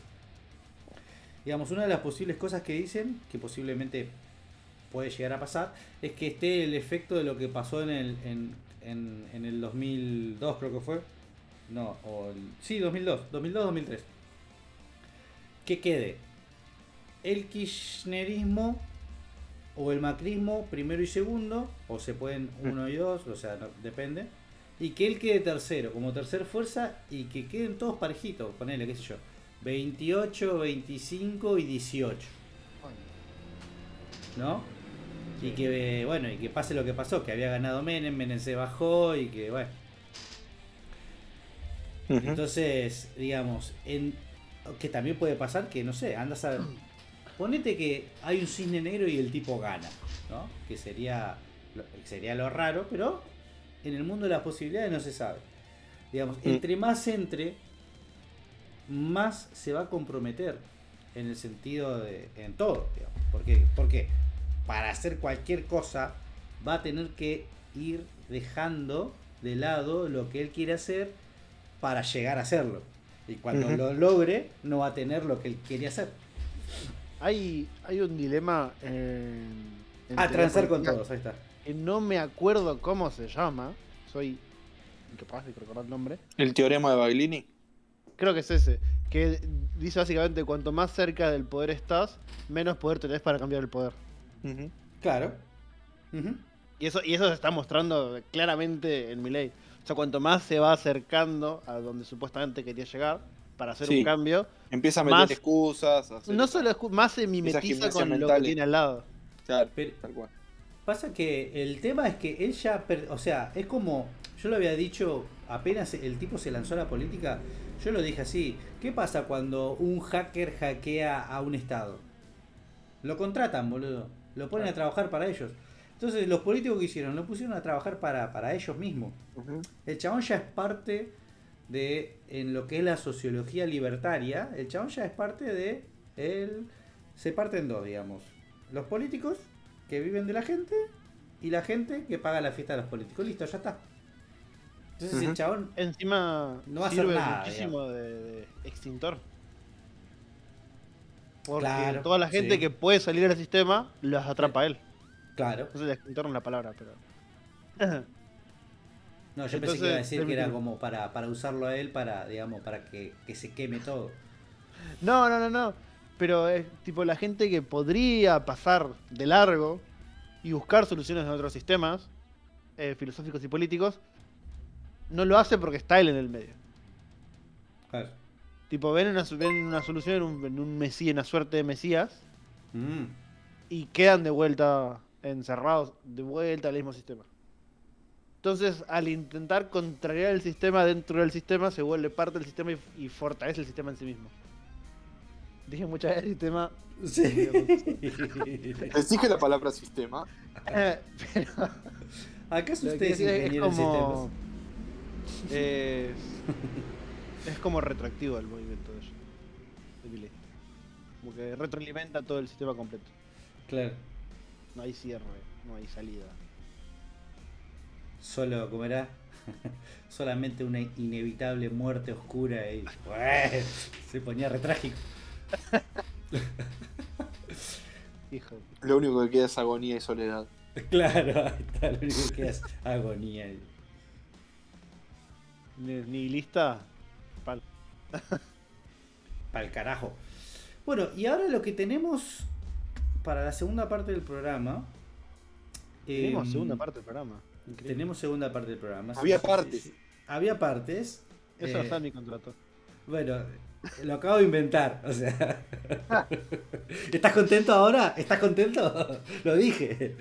Speaker 1: digamos, una de las posibles cosas que dicen, que posiblemente puede llegar a pasar, es que esté el efecto de lo que pasó en el, en, en- en el 2002, creo que fue. No, o el- sí, 2002, 2002-2003. Que quede el kirchnerismo o el macrismo primero y segundo, o se pueden uno y dos, o sea, no- depende. Y que él quede tercero, como tercer fuerza, y que queden todos parejitos, ponele, qué sé yo, 28, 25 y 18. ¿no? Y que eh, bueno, y que pase lo que pasó, que había ganado Menem, Menem se bajó y que bueno.
Speaker 3: Ujú.
Speaker 1: Entonces, digamos, en, que también puede pasar que, no sé, andas a Ponete que hay un cisne negro y el tipo gana, ¿no? Que sería, lo- sería lo raro, pero en el mundo de las posibilidades no se sabe. Digamos,
Speaker 3: Mm.
Speaker 1: entre más entre, más se va a comprometer en el sentido de. en todo, digamos. Porque, porque para hacer cualquier cosa va a tener que ir dejando de lado lo que él quiere hacer para llegar a hacerlo. Y cuando
Speaker 3: Ujú.
Speaker 1: lo logre, no va a tener lo que él quiere hacer.
Speaker 2: Hay, hay un dilema en, en
Speaker 1: A Ah,
Speaker 2: teoría
Speaker 1: transar con
Speaker 2: política
Speaker 1: todos, ahí está.
Speaker 2: que no me acuerdo cómo se llama. Soy incapaz de recordar el nombre.
Speaker 3: El teorema de Baglini.
Speaker 2: Creo que es ese. Que dice básicamente: cuanto más cerca del poder estás, menos poder tenés para cambiar el poder.
Speaker 3: Ujú.
Speaker 1: Claro. Ujú.
Speaker 2: Y eso, y eso se está mostrando claramente en Milei. O sea, cuanto más se va acercando a donde supuestamente quería llegar para hacer
Speaker 3: Sí.
Speaker 2: un cambio,
Speaker 3: Empieza a meter
Speaker 2: Más-
Speaker 3: excusas. a hacer-
Speaker 2: no solo escu- más se
Speaker 3: Esas
Speaker 2: mimetiza
Speaker 3: gimnasias
Speaker 2: con lo que
Speaker 3: mentales.
Speaker 2: tiene al lado.
Speaker 3: Claro,
Speaker 1: Pero-
Speaker 3: tal cual.
Speaker 1: Pasa que el tema es que él ya, per- o sea, es como, yo lo había dicho, apenas el tipo se lanzó a la política, yo lo dije así, ¿qué pasa cuando un hacker hackea a un Estado? Lo contratan, boludo, lo ponen a trabajar para ellos. Entonces los políticos que hicieron, lo pusieron a trabajar para, para ellos mismos.
Speaker 3: Ujú.
Speaker 1: El chabón ya es parte de, en lo que es la sociología libertaria, el chabón ya es parte de, el, se parte en dos, digamos. Los políticos que viven de la gente y la gente que paga la fiesta de los políticos. Listo, ya está. Entonces el
Speaker 3: Ujú.
Speaker 1: chabón...
Speaker 2: Encima
Speaker 1: No va a hacer
Speaker 2: sirve
Speaker 1: nada,
Speaker 2: muchísimo de, de extintor. Porque
Speaker 1: Claro,
Speaker 2: toda la gente
Speaker 1: sí.
Speaker 2: que puede salir del sistema las atrapa él.
Speaker 1: Claro.
Speaker 2: No sé si extintor no es la palabra, pero.
Speaker 1: No, yo pensé
Speaker 2: Entonces,
Speaker 1: que iba a decir que era
Speaker 2: permíteme.
Speaker 1: como para, para usarlo a él para, digamos, para que, que se queme todo.
Speaker 2: No, no, no, no. Pero es tipo la gente que podría pasar de largo y buscar soluciones en otros sistemas eh, filosóficos y políticos, no lo hace porque está él en el medio.
Speaker 1: Claro.
Speaker 2: Tipo, ven una, su- ven una solución en un, en un mesí- en una suerte de mesías,
Speaker 1: Mm.
Speaker 2: y quedan de vuelta encerrados, de vuelta al mismo sistema. Entonces, al intentar contrariar el sistema dentro del sistema, se vuelve parte del sistema y, y fortalece el sistema en sí mismo. Dije muchas veces sistema,
Speaker 1: Sí.
Speaker 3: Exige la palabra sistema.
Speaker 2: eh, pero
Speaker 1: ¿Acaso
Speaker 2: lo que
Speaker 1: ustedes
Speaker 2: quiero decir es- es
Speaker 1: ingenieros en
Speaker 2: como...
Speaker 1: sistemas?
Speaker 2: eh, es como retroactivo el movimiento de ellos. de Milei. Como que retroalimenta todo el sistema completo.
Speaker 1: Claro.
Speaker 2: No hay cierre, no hay salida.
Speaker 1: Solo comerá solamente una inevitable muerte oscura y se ponía retrágico.
Speaker 2: Hijo de
Speaker 3: Lo único que queda es agonía y soledad.
Speaker 1: Claro, ahí está lo único que es agonía.
Speaker 2: Ni- Nihilista.
Speaker 1: Para el carajo. Bueno, y ahora lo que tenemos para la segunda parte del programa.
Speaker 2: Tenemos
Speaker 1: em,
Speaker 2: segunda parte del programa.
Speaker 1: Tenemos segunda parte del programa. sí,
Speaker 3: Había
Speaker 1: sí, sí,
Speaker 3: partes.
Speaker 1: sí. Había partes.
Speaker 2: Eso
Speaker 1: eh,
Speaker 2: está en mi contrato.
Speaker 1: Bueno, lo acabo de inventar, o sea. ¿Estás contento ahora? ¿Estás contento? Lo dije.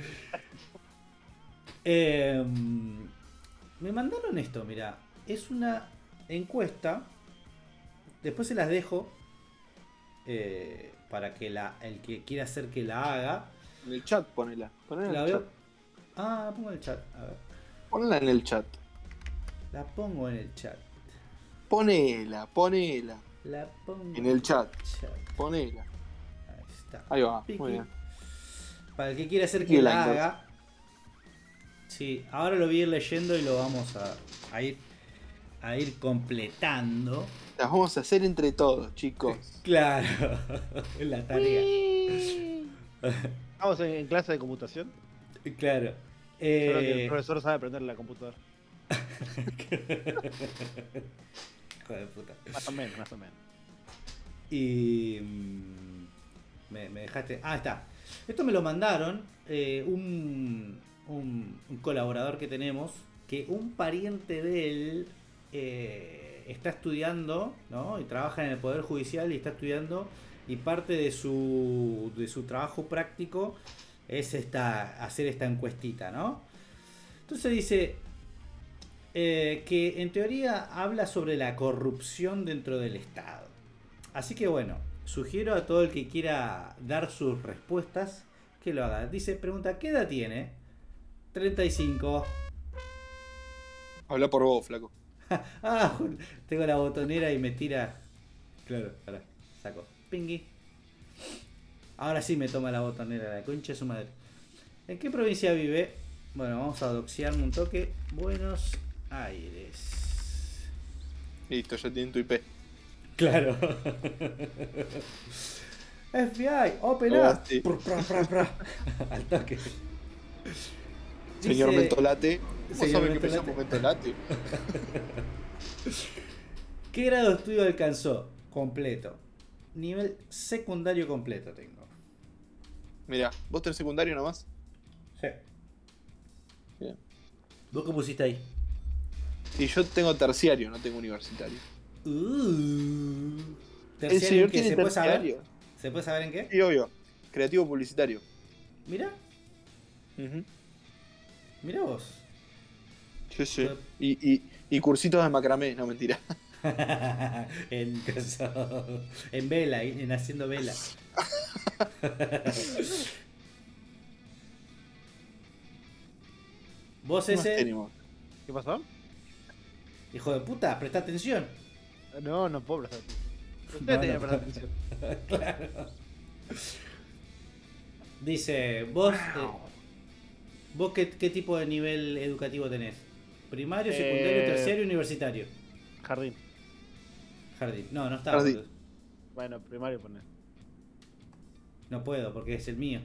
Speaker 1: Eh, me mandaron esto, mira. Es una encuesta. Después se las dejo. eh, para que la, el que quiera hacer que la haga.
Speaker 3: En el chat ponela. Ponela en
Speaker 1: La
Speaker 3: el
Speaker 1: veo.
Speaker 3: chat.
Speaker 1: Ah, la pongo en el chat. A ver.
Speaker 3: Ponela en el chat.
Speaker 1: La pongo en el chat.
Speaker 3: Ponela, ponela.
Speaker 1: La pongo
Speaker 3: En el chat.
Speaker 1: chat.
Speaker 3: Ponela.
Speaker 1: Ahí está.
Speaker 3: Ahí va.
Speaker 1: Piqui.
Speaker 3: Muy bien.
Speaker 1: Para el que quiera hacer
Speaker 3: Y
Speaker 1: que
Speaker 3: el
Speaker 1: la
Speaker 3: iceberg.
Speaker 1: haga. Sí, ahora lo voy a ir leyendo y lo vamos a, a ir a ir completando.
Speaker 3: Las vamos a hacer entre todos, chicos.
Speaker 1: Claro, la tarea.
Speaker 2: Estamos en, en clase de computación.
Speaker 1: Claro.
Speaker 2: Solo que
Speaker 1: Eh,
Speaker 2: el profesor sabe aprender la computadora.
Speaker 1: hijo de puta.
Speaker 2: Más o menos, más o menos.
Speaker 1: Y. mm, Me, me dejaste. Ah, está. Esto me lo mandaron eh, un, un- un colaborador que tenemos. Que un pariente de él eh, está estudiando, ¿no? Y trabaja en el Poder Judicial y está estudiando. Y parte de su, de su trabajo práctico es esta, hacer esta encuestita, ¿no? Entonces dice eh, que en teoría habla sobre la corrupción dentro del Estado. Así que bueno, sugiero a todo el que quiera dar sus respuestas que lo haga. Dice, pregunta, ¿qué edad tiene? 35.
Speaker 3: Habla por vos, flaco.
Speaker 1: Ah, tengo la botonera y me tira. Claro, pará, saco. Pingui. Ahora sí me toma la botonera, la concha de su madre. ¿En qué provincia vive? Bueno, vamos a doxearme un toque. Buenos Aires.
Speaker 3: Listo, ya tienen tu IP.
Speaker 1: Claro. FBI, open
Speaker 3: Ah,
Speaker 1: up.
Speaker 3: sí.
Speaker 1: Prr, prr, prr, prr. Al toque.
Speaker 3: Señor
Speaker 1: Dice-
Speaker 3: Mentolate. ¿Vos
Speaker 1: Señor
Speaker 3: sabés que
Speaker 1: Mentolate.
Speaker 3: pensamos Mentolate?
Speaker 1: ¿Qué grado de estudio alcanzó? Completo. Nivel secundario completo tengo.
Speaker 3: Mirá, vos tenés secundario nomás.
Speaker 1: Sí.
Speaker 3: Bien.
Speaker 1: ¿Vos qué pusiste ahí?
Speaker 3: Y yo tengo terciario, no tengo universitario.
Speaker 1: Uh,
Speaker 3: El
Speaker 1: ¿Terciario en
Speaker 3: señor
Speaker 1: qué?
Speaker 3: tiene
Speaker 1: ¿Se puede saber?
Speaker 3: terciario.
Speaker 1: ¿Se puede saber en qué?
Speaker 3: Y obvio, creativo publicitario.
Speaker 1: Mirá,
Speaker 3: Ujú.
Speaker 1: mirá vos.
Speaker 3: Sí, sí. Y, y, y cursitos de macramé, no mentira.
Speaker 1: en, coso- en vela, en haciendo vela. Vos
Speaker 3: ¿Qué más
Speaker 1: ese,
Speaker 3: tenemos?
Speaker 2: ¿Qué pasó?
Speaker 1: hijo de puta, presta atención.
Speaker 2: No, no puedo prestar atención. Usted
Speaker 1: No,
Speaker 2: tenía
Speaker 1: no.
Speaker 2: que prestar atención.
Speaker 1: Dice, vos, eh, vos qué, qué tipo de nivel educativo tenés? Primario, secundario,
Speaker 2: Eh,
Speaker 1: terciario, universitario.
Speaker 2: Jardín.
Speaker 1: Jardín. No, no está.
Speaker 3: Jardín.
Speaker 1: boludo.
Speaker 2: Bueno, primario poner.
Speaker 1: No puedo porque es el mío.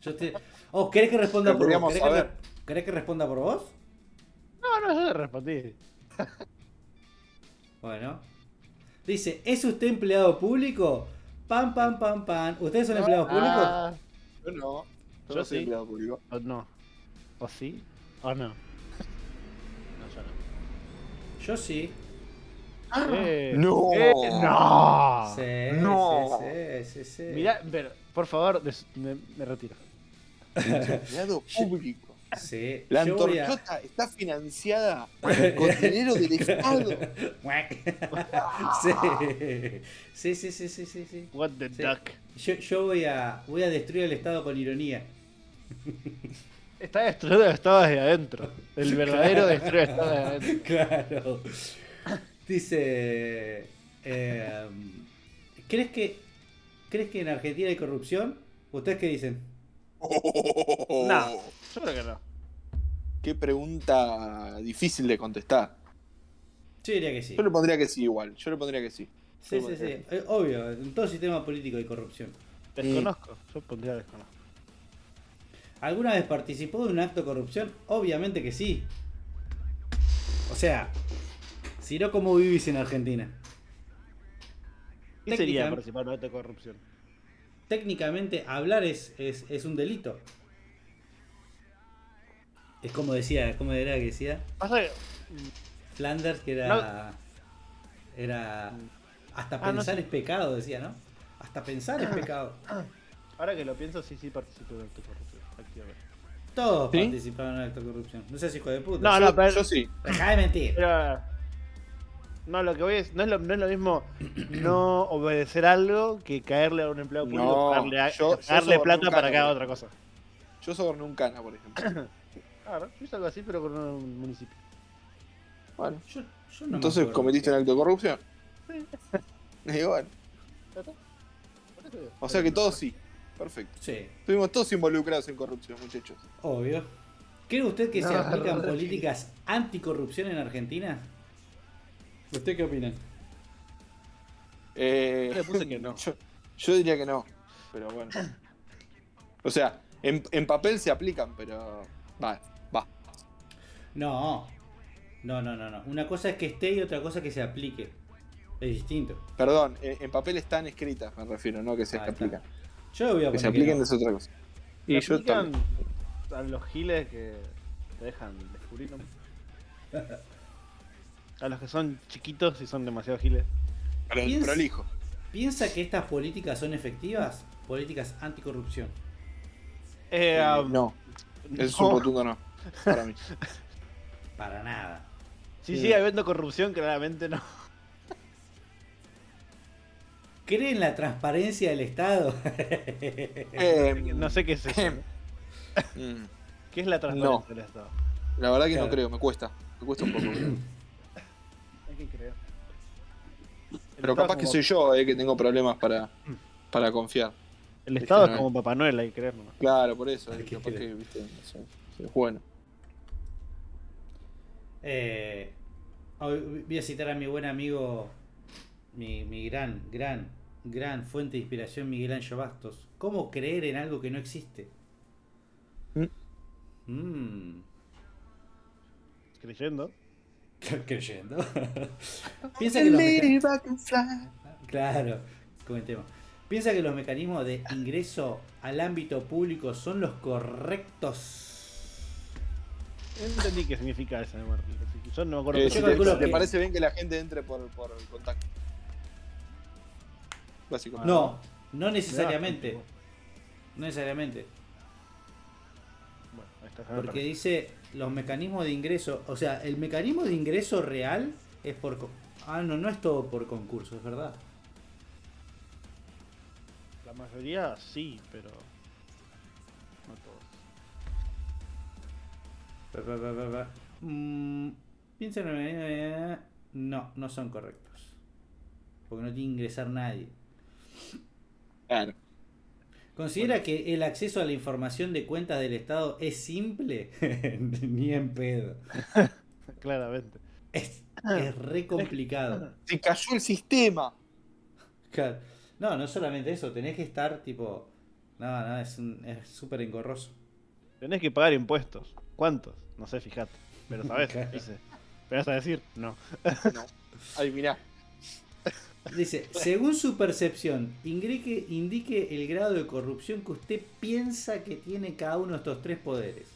Speaker 1: Yo te... Oh, ¿querés que responda
Speaker 3: Pero
Speaker 1: por vos?
Speaker 3: queríamos
Speaker 1: ¿Querés que,
Speaker 3: saber.
Speaker 1: querés que responda por vos?
Speaker 2: No, no, yo le respondí.
Speaker 1: Bueno. Dice, ¿es usted empleado público? Pam, pam, pam, pam. ¿Ustedes son empleados públicos?
Speaker 2: Ah,
Speaker 3: Yo no. Yo,
Speaker 2: Yo
Speaker 3: no soy
Speaker 2: sí.
Speaker 3: empleado público.
Speaker 2: o no. ¿O sí? ¿O no? No, yo no.
Speaker 1: Yo sí.
Speaker 2: Eh,
Speaker 3: No.
Speaker 2: eh, no.
Speaker 1: Ah. Sí,
Speaker 3: Ah, No.
Speaker 1: sí, sí, sí, sí.
Speaker 2: Mirá, pero, por favor, des- me, me retiro.
Speaker 3: Empleado público.
Speaker 1: Sí.
Speaker 3: La
Speaker 1: yo voy a-
Speaker 3: antorchota está financiada con dinero del Estado.
Speaker 1: Guac. sí. sí, sí, sí, sí, sí.
Speaker 2: What the
Speaker 1: Sí.
Speaker 2: duck.
Speaker 1: Yo, yo voy a voy a destruir el Estado con ironía.
Speaker 2: Está destruido el estado desde adentro. El verdadero destruido el estado desde adentro.
Speaker 1: Claro. Dice. eh, ¿Crees que crees que en Argentina hay corrupción? ¿Ustedes qué dicen?
Speaker 2: No, yo creo que no.
Speaker 3: Qué pregunta difícil de contestar.
Speaker 1: Yo diría que sí.
Speaker 3: Yo le pondría que sí igual. Yo le pondría que sí.
Speaker 1: Sí, sí, sí. Eh, Obvio, en todo sistema político hay corrupción.
Speaker 2: Desconozco. Yo pondría desconozco.
Speaker 1: ¿Alguna vez participó de un acto de corrupción? Obviamente que sí. O sea, si no, ¿cómo vivís en Argentina?
Speaker 2: ¿Qué sería
Speaker 1: Técnica-
Speaker 2: participar en un acto de corrupción?
Speaker 1: técnicamente hablar es, es, es un delito. Es como decía, como era que decía
Speaker 2: Pasa que
Speaker 1: Flanders, que era. Era. Hasta
Speaker 2: Ah, no
Speaker 1: pensar
Speaker 2: sé. Ah.
Speaker 1: es pecado, decía, ¿no? Hasta pensar es pecado.
Speaker 2: ahora que lo pienso, sí, sí participé en un acto de corrupción. Activamente.
Speaker 1: Todos
Speaker 3: ¿Sí?
Speaker 1: participaron en el acto de corrupción. No seas hijo de puta.
Speaker 2: No,
Speaker 3: yo,
Speaker 2: no, pero-
Speaker 3: yo sí.
Speaker 1: Dejá de mentir.
Speaker 2: Pero, no, lo que voy es. No es lo, no es lo mismo no obedecer algo que caerle a un empleado público
Speaker 3: No,
Speaker 2: o darle, a-
Speaker 3: yo- yo
Speaker 2: darle
Speaker 3: soborné
Speaker 2: plata
Speaker 3: un
Speaker 2: para que haga
Speaker 3: cano.
Speaker 2: otra cosa.
Speaker 3: Yo soborné un cana, por ejemplo.
Speaker 2: Claro, yo hice algo así, pero con un municipio.
Speaker 3: Bueno.
Speaker 1: Yo, yo no me
Speaker 3: Entonces
Speaker 1: acuerdo.
Speaker 3: cometiste un acto de corrupción. Y bueno. O sea que todos sí. Perfecto.
Speaker 1: Sí,
Speaker 3: Estuvimos todos involucrados en corrupción, muchachos.
Speaker 1: obvio. ¿Cree usted que se
Speaker 2: No,
Speaker 1: aplican
Speaker 2: no, no.
Speaker 1: políticas anticorrupción en Argentina? ¿Usted qué opina?
Speaker 3: Eh,
Speaker 2: Yo le puse que no.
Speaker 3: Yo, yo diría que no. Pero bueno. O sea, en, en papel se aplican, pero. Va, va.
Speaker 1: No. No, no, no, no. Una cosa es que esté y otra cosa es que se aplique. Es distinto.
Speaker 3: Perdón, en, en papel están escritas, me refiero, no que se
Speaker 1: Ah, está.
Speaker 3: aplican.
Speaker 1: Yo le voy a
Speaker 3: Que se
Speaker 1: poner que
Speaker 3: apliquen
Speaker 1: no.
Speaker 3: es otra cosa.
Speaker 2: Y
Speaker 3: Y yo
Speaker 2: aplican
Speaker 3: también.
Speaker 2: a los giles que te dejan descubrir. ¿no? A los que son chiquitos y son demasiado giles.
Speaker 3: Pero
Speaker 1: Piensa-
Speaker 3: prolijo.
Speaker 1: ¿Piensa que estas políticas son efectivas? Políticas anticorrupción.
Speaker 2: Eh,
Speaker 3: Eh,
Speaker 2: ah,
Speaker 3: no, es un
Speaker 2: no.
Speaker 3: rotundo no. Para mí.
Speaker 1: Para nada.
Speaker 2: Si sigue habiendo corrupción, claramente no.
Speaker 1: ¿Cree en la transparencia del Estado?
Speaker 3: Eh,
Speaker 2: No sé qué es eso. ¿no?
Speaker 3: mm,
Speaker 2: ¿Qué es la transparencia del Estado?
Speaker 3: La verdad que
Speaker 1: Claro.
Speaker 3: no creo, me cuesta. Me cuesta un poco.
Speaker 2: Hay que creer.
Speaker 3: Pero capaz que soy yo, eh, que tengo problemas para,
Speaker 2: Mm.
Speaker 3: para confiar.
Speaker 2: El Estado es
Speaker 3: Este,
Speaker 2: como Papá Noel, hay que creer nomás.
Speaker 3: Claro, por eso.
Speaker 1: Hay
Speaker 3: eh,
Speaker 1: que
Speaker 3: capaz
Speaker 1: creer.
Speaker 3: que, viste, no sé, es bueno.
Speaker 1: Eh, hoy voy a citar a mi buen amigo, mi, mi gran, gran, gran fuente de inspiración, Miguel Ancho Bastos. ¿Cómo creer en algo que no existe? Mm.
Speaker 2: Creyendo.
Speaker 1: creyendo. Piensa que los meca- Claro, comentemos. Piensa que los mecanismos de ingreso al ámbito público son los correctos.
Speaker 2: No entendí qué significa esa mierda. así que Yo no me acuerdo.
Speaker 3: Eh,
Speaker 2: qué
Speaker 3: si te,
Speaker 1: calculo
Speaker 3: si te
Speaker 1: que-
Speaker 3: parece bien que la gente entre por, por el contacto. Básicamente.
Speaker 1: No, no necesariamente. No necesariamente.
Speaker 2: Bueno, ahí está.
Speaker 1: Porque dice los mecanismos de ingreso. O sea, el mecanismo de ingreso real es por. co- Ah, no, no es todo por concurso, es verdad.
Speaker 2: La mayoría sí, pero. No todos.
Speaker 1: Pa, pa, pa, pa, pa. Mm, piensa en el mecanismo de- No, no son correctos. Porque no tiene que ingresar nadie.
Speaker 3: Claro.
Speaker 1: ¿Considera que el acceso a la información de cuentas del Estado es simple? Ni en pedo.
Speaker 2: Claramente.
Speaker 1: Es, es re complicado.
Speaker 3: Se cayó el sistema.
Speaker 1: Claro. No, no solamente eso, tenés que estar tipo. No, no, es un- es súper engorroso.
Speaker 2: Tenés que pagar impuestos. ¿Cuántos? No sé, fíjate. Pero sabes,
Speaker 1: Claro.
Speaker 2: dice. ¿Me vas a decir? No.
Speaker 3: No. Ay, mirá.
Speaker 1: Dice, según su percepción, indique, indique el grado de corrupción que usted piensa que tiene cada uno de estos tres poderes.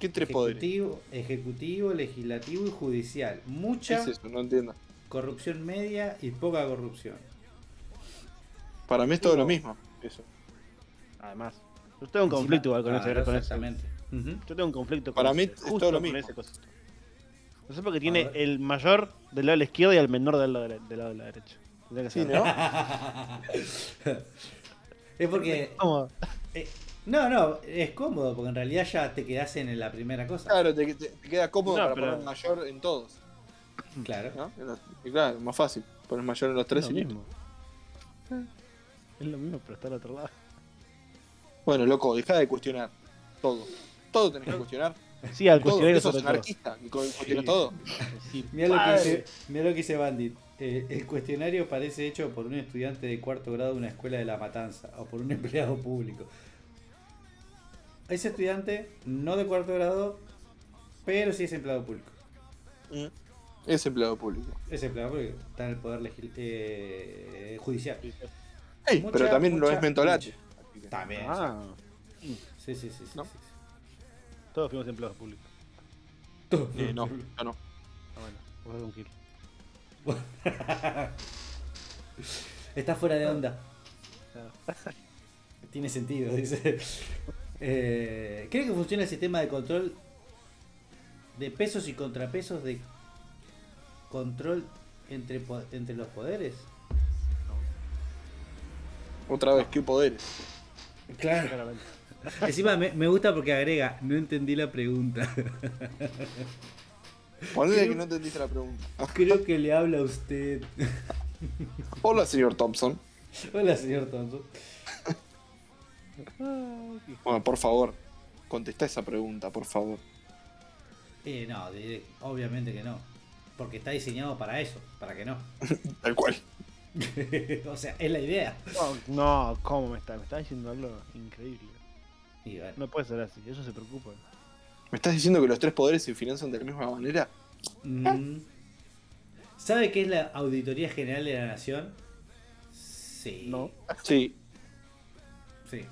Speaker 3: ¿Qué tres poderes?
Speaker 1: ejecutivo, ejecutivo, legislativo y judicial.
Speaker 3: ¿Qué
Speaker 1: Mucha
Speaker 3: es eso? No entiendo.
Speaker 1: corrupción media y poca corrupción.
Speaker 3: Para mí es todo lo mismo. Eso.
Speaker 2: Además. Yo tengo un conflicto igual con
Speaker 1: Ah,
Speaker 2: ese. Con ese-
Speaker 1: Exactamente. Ujú.
Speaker 2: Yo tengo un conflicto
Speaker 3: Para
Speaker 2: con
Speaker 3: mí
Speaker 2: ese,
Speaker 3: es
Speaker 2: justo
Speaker 3: todo lo
Speaker 2: con
Speaker 3: mismo.
Speaker 2: ese cosito. No sé por qué
Speaker 1: A
Speaker 2: tiene
Speaker 1: ver.
Speaker 2: el mayor del lado de la izquierda y el menor del lado de la, del lado de la derecha. Tendría que
Speaker 3: Sí,
Speaker 2: ser.
Speaker 3: ¿no?
Speaker 1: es porque.
Speaker 2: ¿Cómo?
Speaker 1: eh, no, no, es cómodo, porque en realidad ya te quedás en la primera cosa.
Speaker 3: Claro, te, te- te queda cómodo
Speaker 2: No,
Speaker 3: para
Speaker 2: pero-
Speaker 3: poner mayor en todos.
Speaker 1: Claro.
Speaker 3: ¿no? En los- y claro, más fácil. Pones mayor en los tres
Speaker 2: Es
Speaker 3: y
Speaker 2: lo
Speaker 3: listo.
Speaker 2: mismo. Eh, Es lo mismo, pero está al otro lado.
Speaker 3: Bueno, loco, deja de cuestionar todo. Todo tenés que cuestionar.
Speaker 2: Sí, al
Speaker 3: Todo.
Speaker 2: cuestionar eso
Speaker 3: sos
Speaker 2: sobre todo.
Speaker 3: anarquista. y cu- Cuestionas todo.
Speaker 2: Sí,
Speaker 1: Mira lo, que
Speaker 2: padre.
Speaker 1: dice, mirá lo que dice Bandit. Eh, el cuestionario parece hecho por un estudiante de cuarto grado de una escuela de la matanza o por un empleado público. Ese estudiante, no de cuarto grado, pero sí es empleado público.
Speaker 3: Mm. Es empleado público.
Speaker 1: Es empleado público, está en el poder legis- eh, judicial.
Speaker 3: Ey,
Speaker 1: Mucha-
Speaker 3: pero también lo
Speaker 1: mucha-
Speaker 3: es mentolate. Así que-
Speaker 1: También.
Speaker 2: Ah,
Speaker 1: Sí, sí, sí. sí,
Speaker 3: No.
Speaker 1: sí, sí.
Speaker 2: todos fuimos empleados públicos.
Speaker 3: Eh, no, yo no.
Speaker 2: Ah, bueno, vos sos un gil.
Speaker 1: Está fuera de onda.
Speaker 2: Claro.
Speaker 1: Ah. Tiene sentido, dice. Eh, ¿Cree que funciona el sistema de control de pesos y contrapesos de control entre, po- entre los poderes?
Speaker 3: Otra vez, ¿qué poderes?
Speaker 1: Claro.
Speaker 2: Claramente.
Speaker 1: Encima me, me gusta porque agrega, no entendí la pregunta.
Speaker 3: Ponele
Speaker 1: Creo-
Speaker 3: que no entendiste la pregunta.
Speaker 1: Creo que le habla a usted.
Speaker 3: Hola, señor Thompson.
Speaker 1: Hola, señor Thompson.
Speaker 3: Bueno, por favor, contesta esa pregunta, por favor.
Speaker 1: Eh, no, direct- obviamente que no. Porque está diseñado para eso, para que no.
Speaker 3: Tal cual.
Speaker 1: o sea, es la idea.
Speaker 2: No, no, ¿cómo me está? Me está diciendo algo increíble.
Speaker 1: Y bueno,
Speaker 2: No puede ser así, ellos se preocupan.
Speaker 3: ¿Me estás diciendo que los tres poderes se financian de la misma manera?
Speaker 1: Mm. ¿Sabe qué es la Auditoría General de la Nación? Sí.
Speaker 2: No.
Speaker 3: Sí.
Speaker 1: Sí.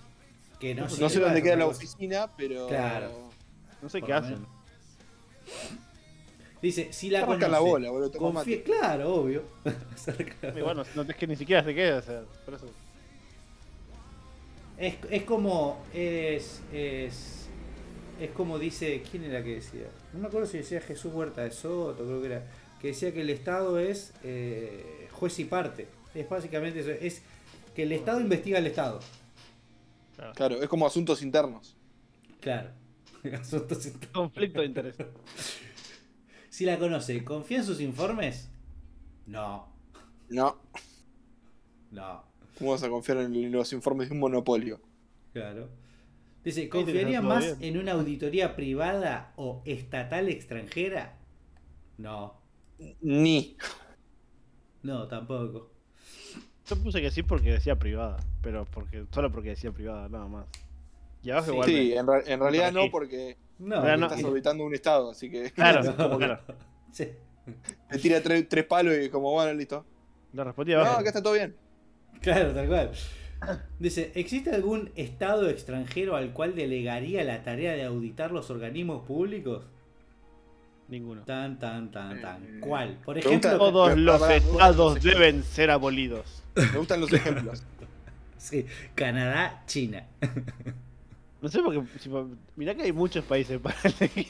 Speaker 1: Que no,
Speaker 2: No
Speaker 3: No
Speaker 1: sirve
Speaker 3: sé dónde
Speaker 1: para
Speaker 3: queda la
Speaker 1: otra cosa.
Speaker 3: oficina, pero.
Speaker 1: Claro.
Speaker 2: No sé
Speaker 1: Por
Speaker 2: qué
Speaker 1: lo
Speaker 2: hacen.
Speaker 1: menos. Dice, si la
Speaker 3: Arranca
Speaker 1: conoce,
Speaker 3: la bola, boludo. Toma
Speaker 1: confíe-
Speaker 3: mate.
Speaker 1: Claro, obvio. Acerca-
Speaker 2: Y bueno, no, es que ni siquiera se queda, o sea, por eso.
Speaker 1: es, es como. Es, es. Es como dice. ¿Quién era que decía? No me acuerdo si decía Jesús Huerta de Soto, creo que era. Que decía que el Estado es eh, juez y parte. Es básicamente eso. Es que el Estado investiga al Estado.
Speaker 2: Claro.
Speaker 3: Claro, es como asuntos internos.
Speaker 1: Claro. Asuntos internos.
Speaker 2: Conflicto de interés.
Speaker 1: Si la conoce, ¿confía en sus informes? No,
Speaker 3: No.
Speaker 1: no,
Speaker 3: ¿Cómo vas a confiar en los informes de un monopolio?
Speaker 1: claro. Dice,
Speaker 2: tenés
Speaker 1: ¿confiaría
Speaker 2: todo
Speaker 1: más
Speaker 2: bien.
Speaker 1: en una auditoría privada o estatal extranjera? No,
Speaker 3: Ni.
Speaker 1: no, tampoco.
Speaker 2: Yo puse que sí porque decía privada, pero porque solo porque decía privada, nada más. Y abajo
Speaker 1: Sí.
Speaker 2: igual.
Speaker 3: Sí, en, ra- en realidad
Speaker 2: Para
Speaker 3: no,
Speaker 2: ti.
Speaker 3: porque
Speaker 1: No,
Speaker 2: Pero no,
Speaker 3: estás
Speaker 2: y-
Speaker 3: orbitando un estado, así que
Speaker 2: Claro,
Speaker 1: No.
Speaker 2: como que no.
Speaker 1: Sí.
Speaker 3: te tira tres, tres palos y como, bueno, listo.
Speaker 2: Le respondí
Speaker 3: No,
Speaker 2: abajo.
Speaker 3: acá está todo bien.
Speaker 1: Claro, tal cual. Dice, ¿existe algún estado extranjero al cual delegaría la tarea de auditar los organismos públicos?
Speaker 2: Ninguno.
Speaker 1: Tan, tan, tan, tan.
Speaker 3: Eh,
Speaker 1: ¿Cuál? Por
Speaker 3: pregunta-
Speaker 1: ejemplo,
Speaker 2: Todos
Speaker 3: Pero,
Speaker 2: los
Speaker 3: pará,
Speaker 2: estados deben ser abolidos.
Speaker 3: Me gustan los ejemplos.
Speaker 1: Sí, Canadá, China.
Speaker 2: No sé porque. si- mirá que hay muchos países para elegir.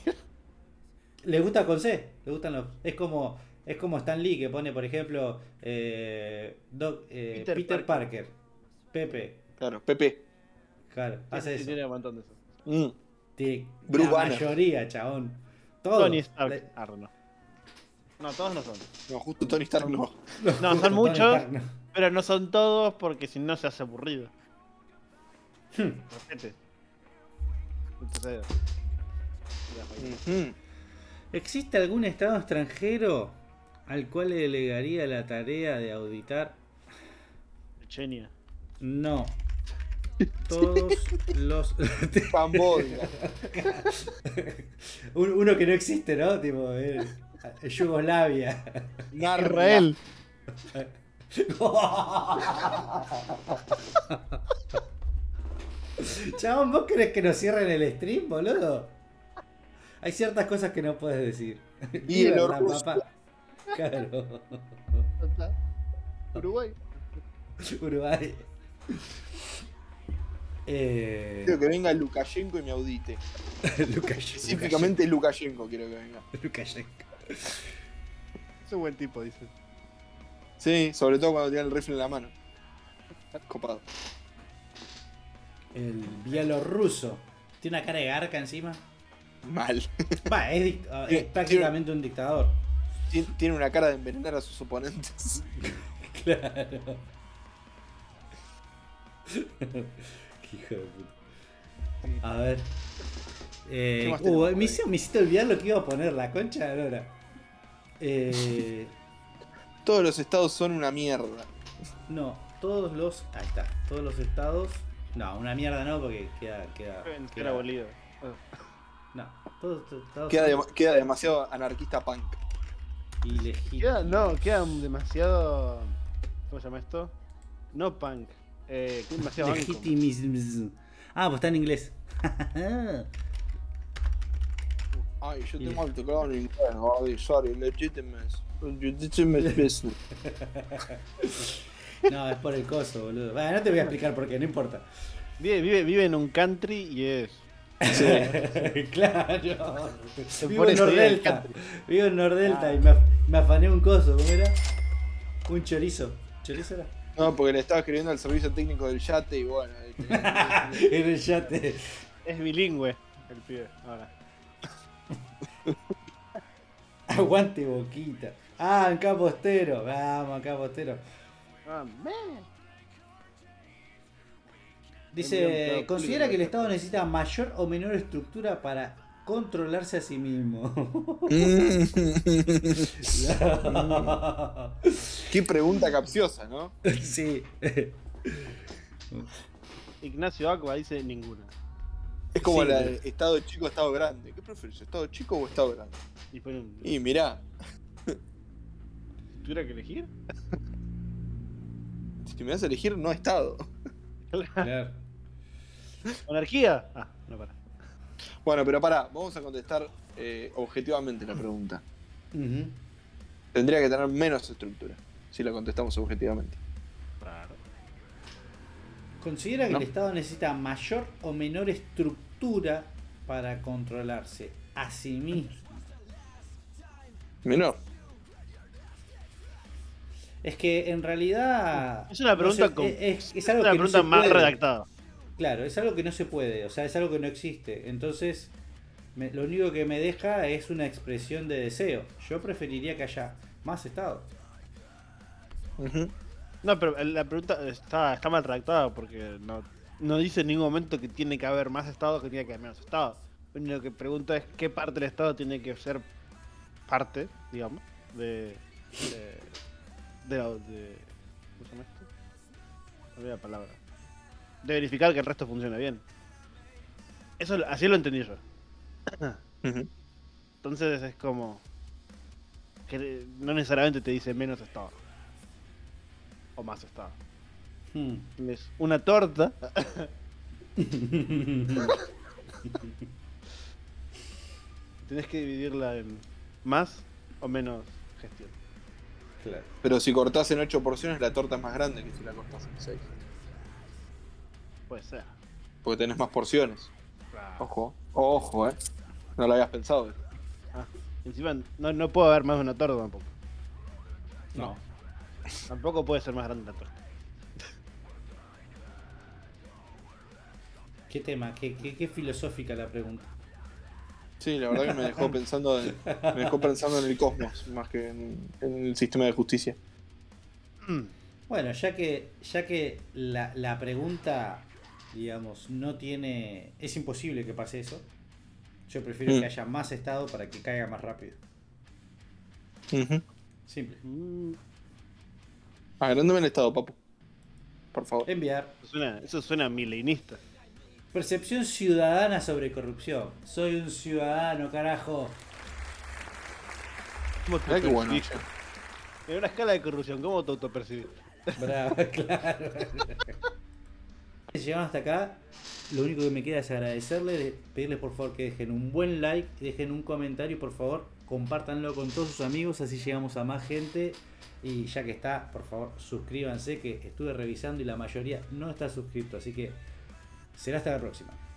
Speaker 1: ¿Le gusta con C? ¿Le gustan los.? Es como. Es como Stan Lee que pone, por ejemplo, eh, Doc- eh, Peter,
Speaker 2: Peter
Speaker 1: Parker. Pepe.
Speaker 3: Claro, Pepe.
Speaker 1: Claro, hace
Speaker 2: Ah, Sí,
Speaker 1: eso.
Speaker 2: Tiene un montón de eso.
Speaker 3: Mm.
Speaker 1: Tiene
Speaker 3: Bruce
Speaker 1: la
Speaker 3: Banner.
Speaker 1: mayoría, chabón. Todo.
Speaker 2: Tony Stark.
Speaker 1: Le-
Speaker 2: Ah, no. No, todos no son.
Speaker 3: No, justo Tony Stark no.
Speaker 2: No,
Speaker 1: Justo,
Speaker 2: son
Speaker 1: Tony
Speaker 2: muchos,
Speaker 1: Stark, no.
Speaker 2: pero no son todos porque si no se hace aburrido.
Speaker 1: Hmm.
Speaker 2: Ojete. Entonces, ya fue.
Speaker 3: Ujú.
Speaker 1: ¿Existe algún estado extranjero al cual le delegaría la tarea de auditar?
Speaker 2: Chechenia.
Speaker 1: No. Todos los.
Speaker 3: Cambodia.
Speaker 1: Un- Uno que no existe, ¿no? Tipo, eh, Yugoslavia.
Speaker 3: Narnia.
Speaker 2: Israel.
Speaker 1: Chabón, ¿vos querés que nos cierren el stream, boludo? Hay ciertas cosas que no puedes decir.
Speaker 3: Y el Orgullo.
Speaker 1: Claro.
Speaker 2: Uruguay.
Speaker 1: Uruguay. Eh,
Speaker 3: Quiero que venga Lukashenko y me audite.
Speaker 1: Lucas-
Speaker 3: Específicamente Lukashenko quiero que venga.
Speaker 1: Lukashenko.
Speaker 2: Es un buen tipo, dice.
Speaker 3: Sí, sobre todo cuando tiene el rifle en la mano. Copado.
Speaker 1: El bielorruso. Tiene una cara de garca encima.
Speaker 3: Mal.
Speaker 1: Va, es, dic- ah,
Speaker 3: Tiene-
Speaker 1: es prácticamente un dictador.
Speaker 3: Tien- Tiene una cara de envenenar a sus oponentes.
Speaker 1: Claro. Qué hijo de puta. A ver. Eh,
Speaker 3: ¿Qué más
Speaker 1: uh,
Speaker 3: tenemos por
Speaker 1: me,
Speaker 3: ahí?
Speaker 1: hice, me hiciste olvidar lo que iba a poner, la concha de Lora. Eh,
Speaker 3: Todos los estados son una mierda.
Speaker 1: no, todos los. Ahí está. Todos los estados. No, una mierda no, porque queda. queda,
Speaker 2: Era Ah.
Speaker 1: queda
Speaker 2: abolido.
Speaker 1: no, todos los estados.
Speaker 3: Queda,
Speaker 1: son
Speaker 3: dem- queda demasiado anarquista punk.
Speaker 1: ilegítimos.
Speaker 2: Queda, no, quedan demasiado. ¿Cómo se llama esto? No punk. Eh, queda demasiado banco.
Speaker 1: Legitimism. Ah, pues está en inglés.
Speaker 3: Ay, yo
Speaker 1: Y-
Speaker 3: tengo el teclado en inglés. Ay, sorry, legitimacy. Legitimate business.
Speaker 1: no, es por el coso, boludo. Bueno, no te voy a explicar por qué, no importa.
Speaker 2: Vive, vive, vive en un country y es.
Speaker 1: claro. Vivo
Speaker 2: pone
Speaker 1: en Nordelta.
Speaker 2: estudiante. Ah.
Speaker 1: Vivo en Nordelta y me, af- me afané un coso, ¿cómo era? Un chorizo. ¿Chorizo era?
Speaker 3: No, porque le estaba escribiendo al servicio técnico del yate y bueno. ahí tenía-
Speaker 1: Era el yate.
Speaker 2: Es bilingüe el pibe. Ahora.
Speaker 1: Aguante boquita. Ah, acá postero. Vamos, acá postero.
Speaker 2: Ah, man.
Speaker 1: Dice, considera que el Estado necesita mayor o menor estructura para controlarse a sí mismo.
Speaker 3: Qué pregunta capciosa, ¿no?
Speaker 1: sí.
Speaker 2: Ignacio Aqua dice ninguna.
Speaker 3: Es como
Speaker 1: Sí.
Speaker 3: la de estado chico, estado grande. ¿Qué prefieres, estado chico o estado grande?
Speaker 2: Y pone un.
Speaker 3: Y mirá,
Speaker 2: ¿Tuviera que elegir?
Speaker 3: si me das a elegir, no estado.
Speaker 1: Claro.
Speaker 2: ¿Monarquía? Ah, no para.
Speaker 3: Bueno, pero pará, vamos a contestar eh, objetivamente la pregunta.
Speaker 1: Ujú.
Speaker 3: Tendría que tener menos estructura, si la contestamos objetivamente.
Speaker 1: Considera que
Speaker 3: No.
Speaker 1: el Estado necesita mayor o menor estructura para controlarse a sí mismo.
Speaker 3: Menor.
Speaker 1: Es que en realidad.
Speaker 2: Es una pregunta
Speaker 1: no se-
Speaker 2: con-
Speaker 1: es, es
Speaker 2: Es
Speaker 1: algo
Speaker 2: una
Speaker 1: que no
Speaker 2: pregunta
Speaker 1: se
Speaker 2: más
Speaker 1: puede.
Speaker 2: redactada.
Speaker 1: Claro, es algo que no se puede, o sea, es algo que no existe. Entonces, me- lo único que me deja es una expresión de deseo. Yo preferiría que haya más Estado.
Speaker 3: Ujú.
Speaker 2: No, pero la pregunta está, está mal redactada porque no, no dice en ningún momento que tiene que haber más estados que tiene que haber menos estados. Lo único que pregunta es qué parte del estado tiene que ser parte, digamos, de. de. de, la- de- ¿Cómo se llama esto? Me olvidé la palabra. De verificar que el resto funciona bien. Eso, así lo entendí yo.
Speaker 3: Ujú.
Speaker 2: Entonces es como. que no necesariamente te dice menos estado. O más estado.
Speaker 1: Hmm.
Speaker 2: Es una torta. Tenés que dividirla en más o menos gestión.
Speaker 1: Claro.
Speaker 3: Pero si cortás en 8 porciones, la torta es más grande que si la cortás en 6.
Speaker 2: Puede ser.
Speaker 3: Porque tenés más porciones. Ojo, ojo, eh. No lo habías pensado.
Speaker 2: Encima, no, no puedo haber más de una torta tampoco.
Speaker 1: No.
Speaker 2: Tampoco puede ser más grande la torta.
Speaker 1: ¿Qué tema? ¿Qué, qué, qué filosófica la pregunta?
Speaker 3: Sí, la verdad que me dejó pensando en, me dejó pensando en el cosmos más que en, en el sistema de justicia.
Speaker 1: Bueno, ya que, ya que la, la pregunta, digamos, no tiene. Es imposible que pase eso. Yo prefiero
Speaker 3: Mm.
Speaker 1: que haya más estado para que caiga más rápido.
Speaker 3: Ujú.
Speaker 1: Simple.
Speaker 2: Mm,
Speaker 3: Agrándame el estado, papu. Por favor.
Speaker 1: Enviar.
Speaker 2: eso, suena, eso suena milenista.
Speaker 1: Percepción ciudadana sobre corrupción. Soy un ciudadano, carajo.
Speaker 2: ¿Cómo te
Speaker 3: Mirá qué bueno.
Speaker 2: autopercibís? En una escala de corrupción, ¿cómo te autopercibís?
Speaker 1: Bravo, claro. Llegamos hasta acá. Lo único que me queda es agradecerles, de- pedirles por favor que dejen un buen like, dejen un comentario, por favor, compártanlo con todos sus amigos, así llegamos a más gente. Y ya que está, por favor, suscríbanse, que estuve revisando y la mayoría no está suscrito, así que será hasta la próxima.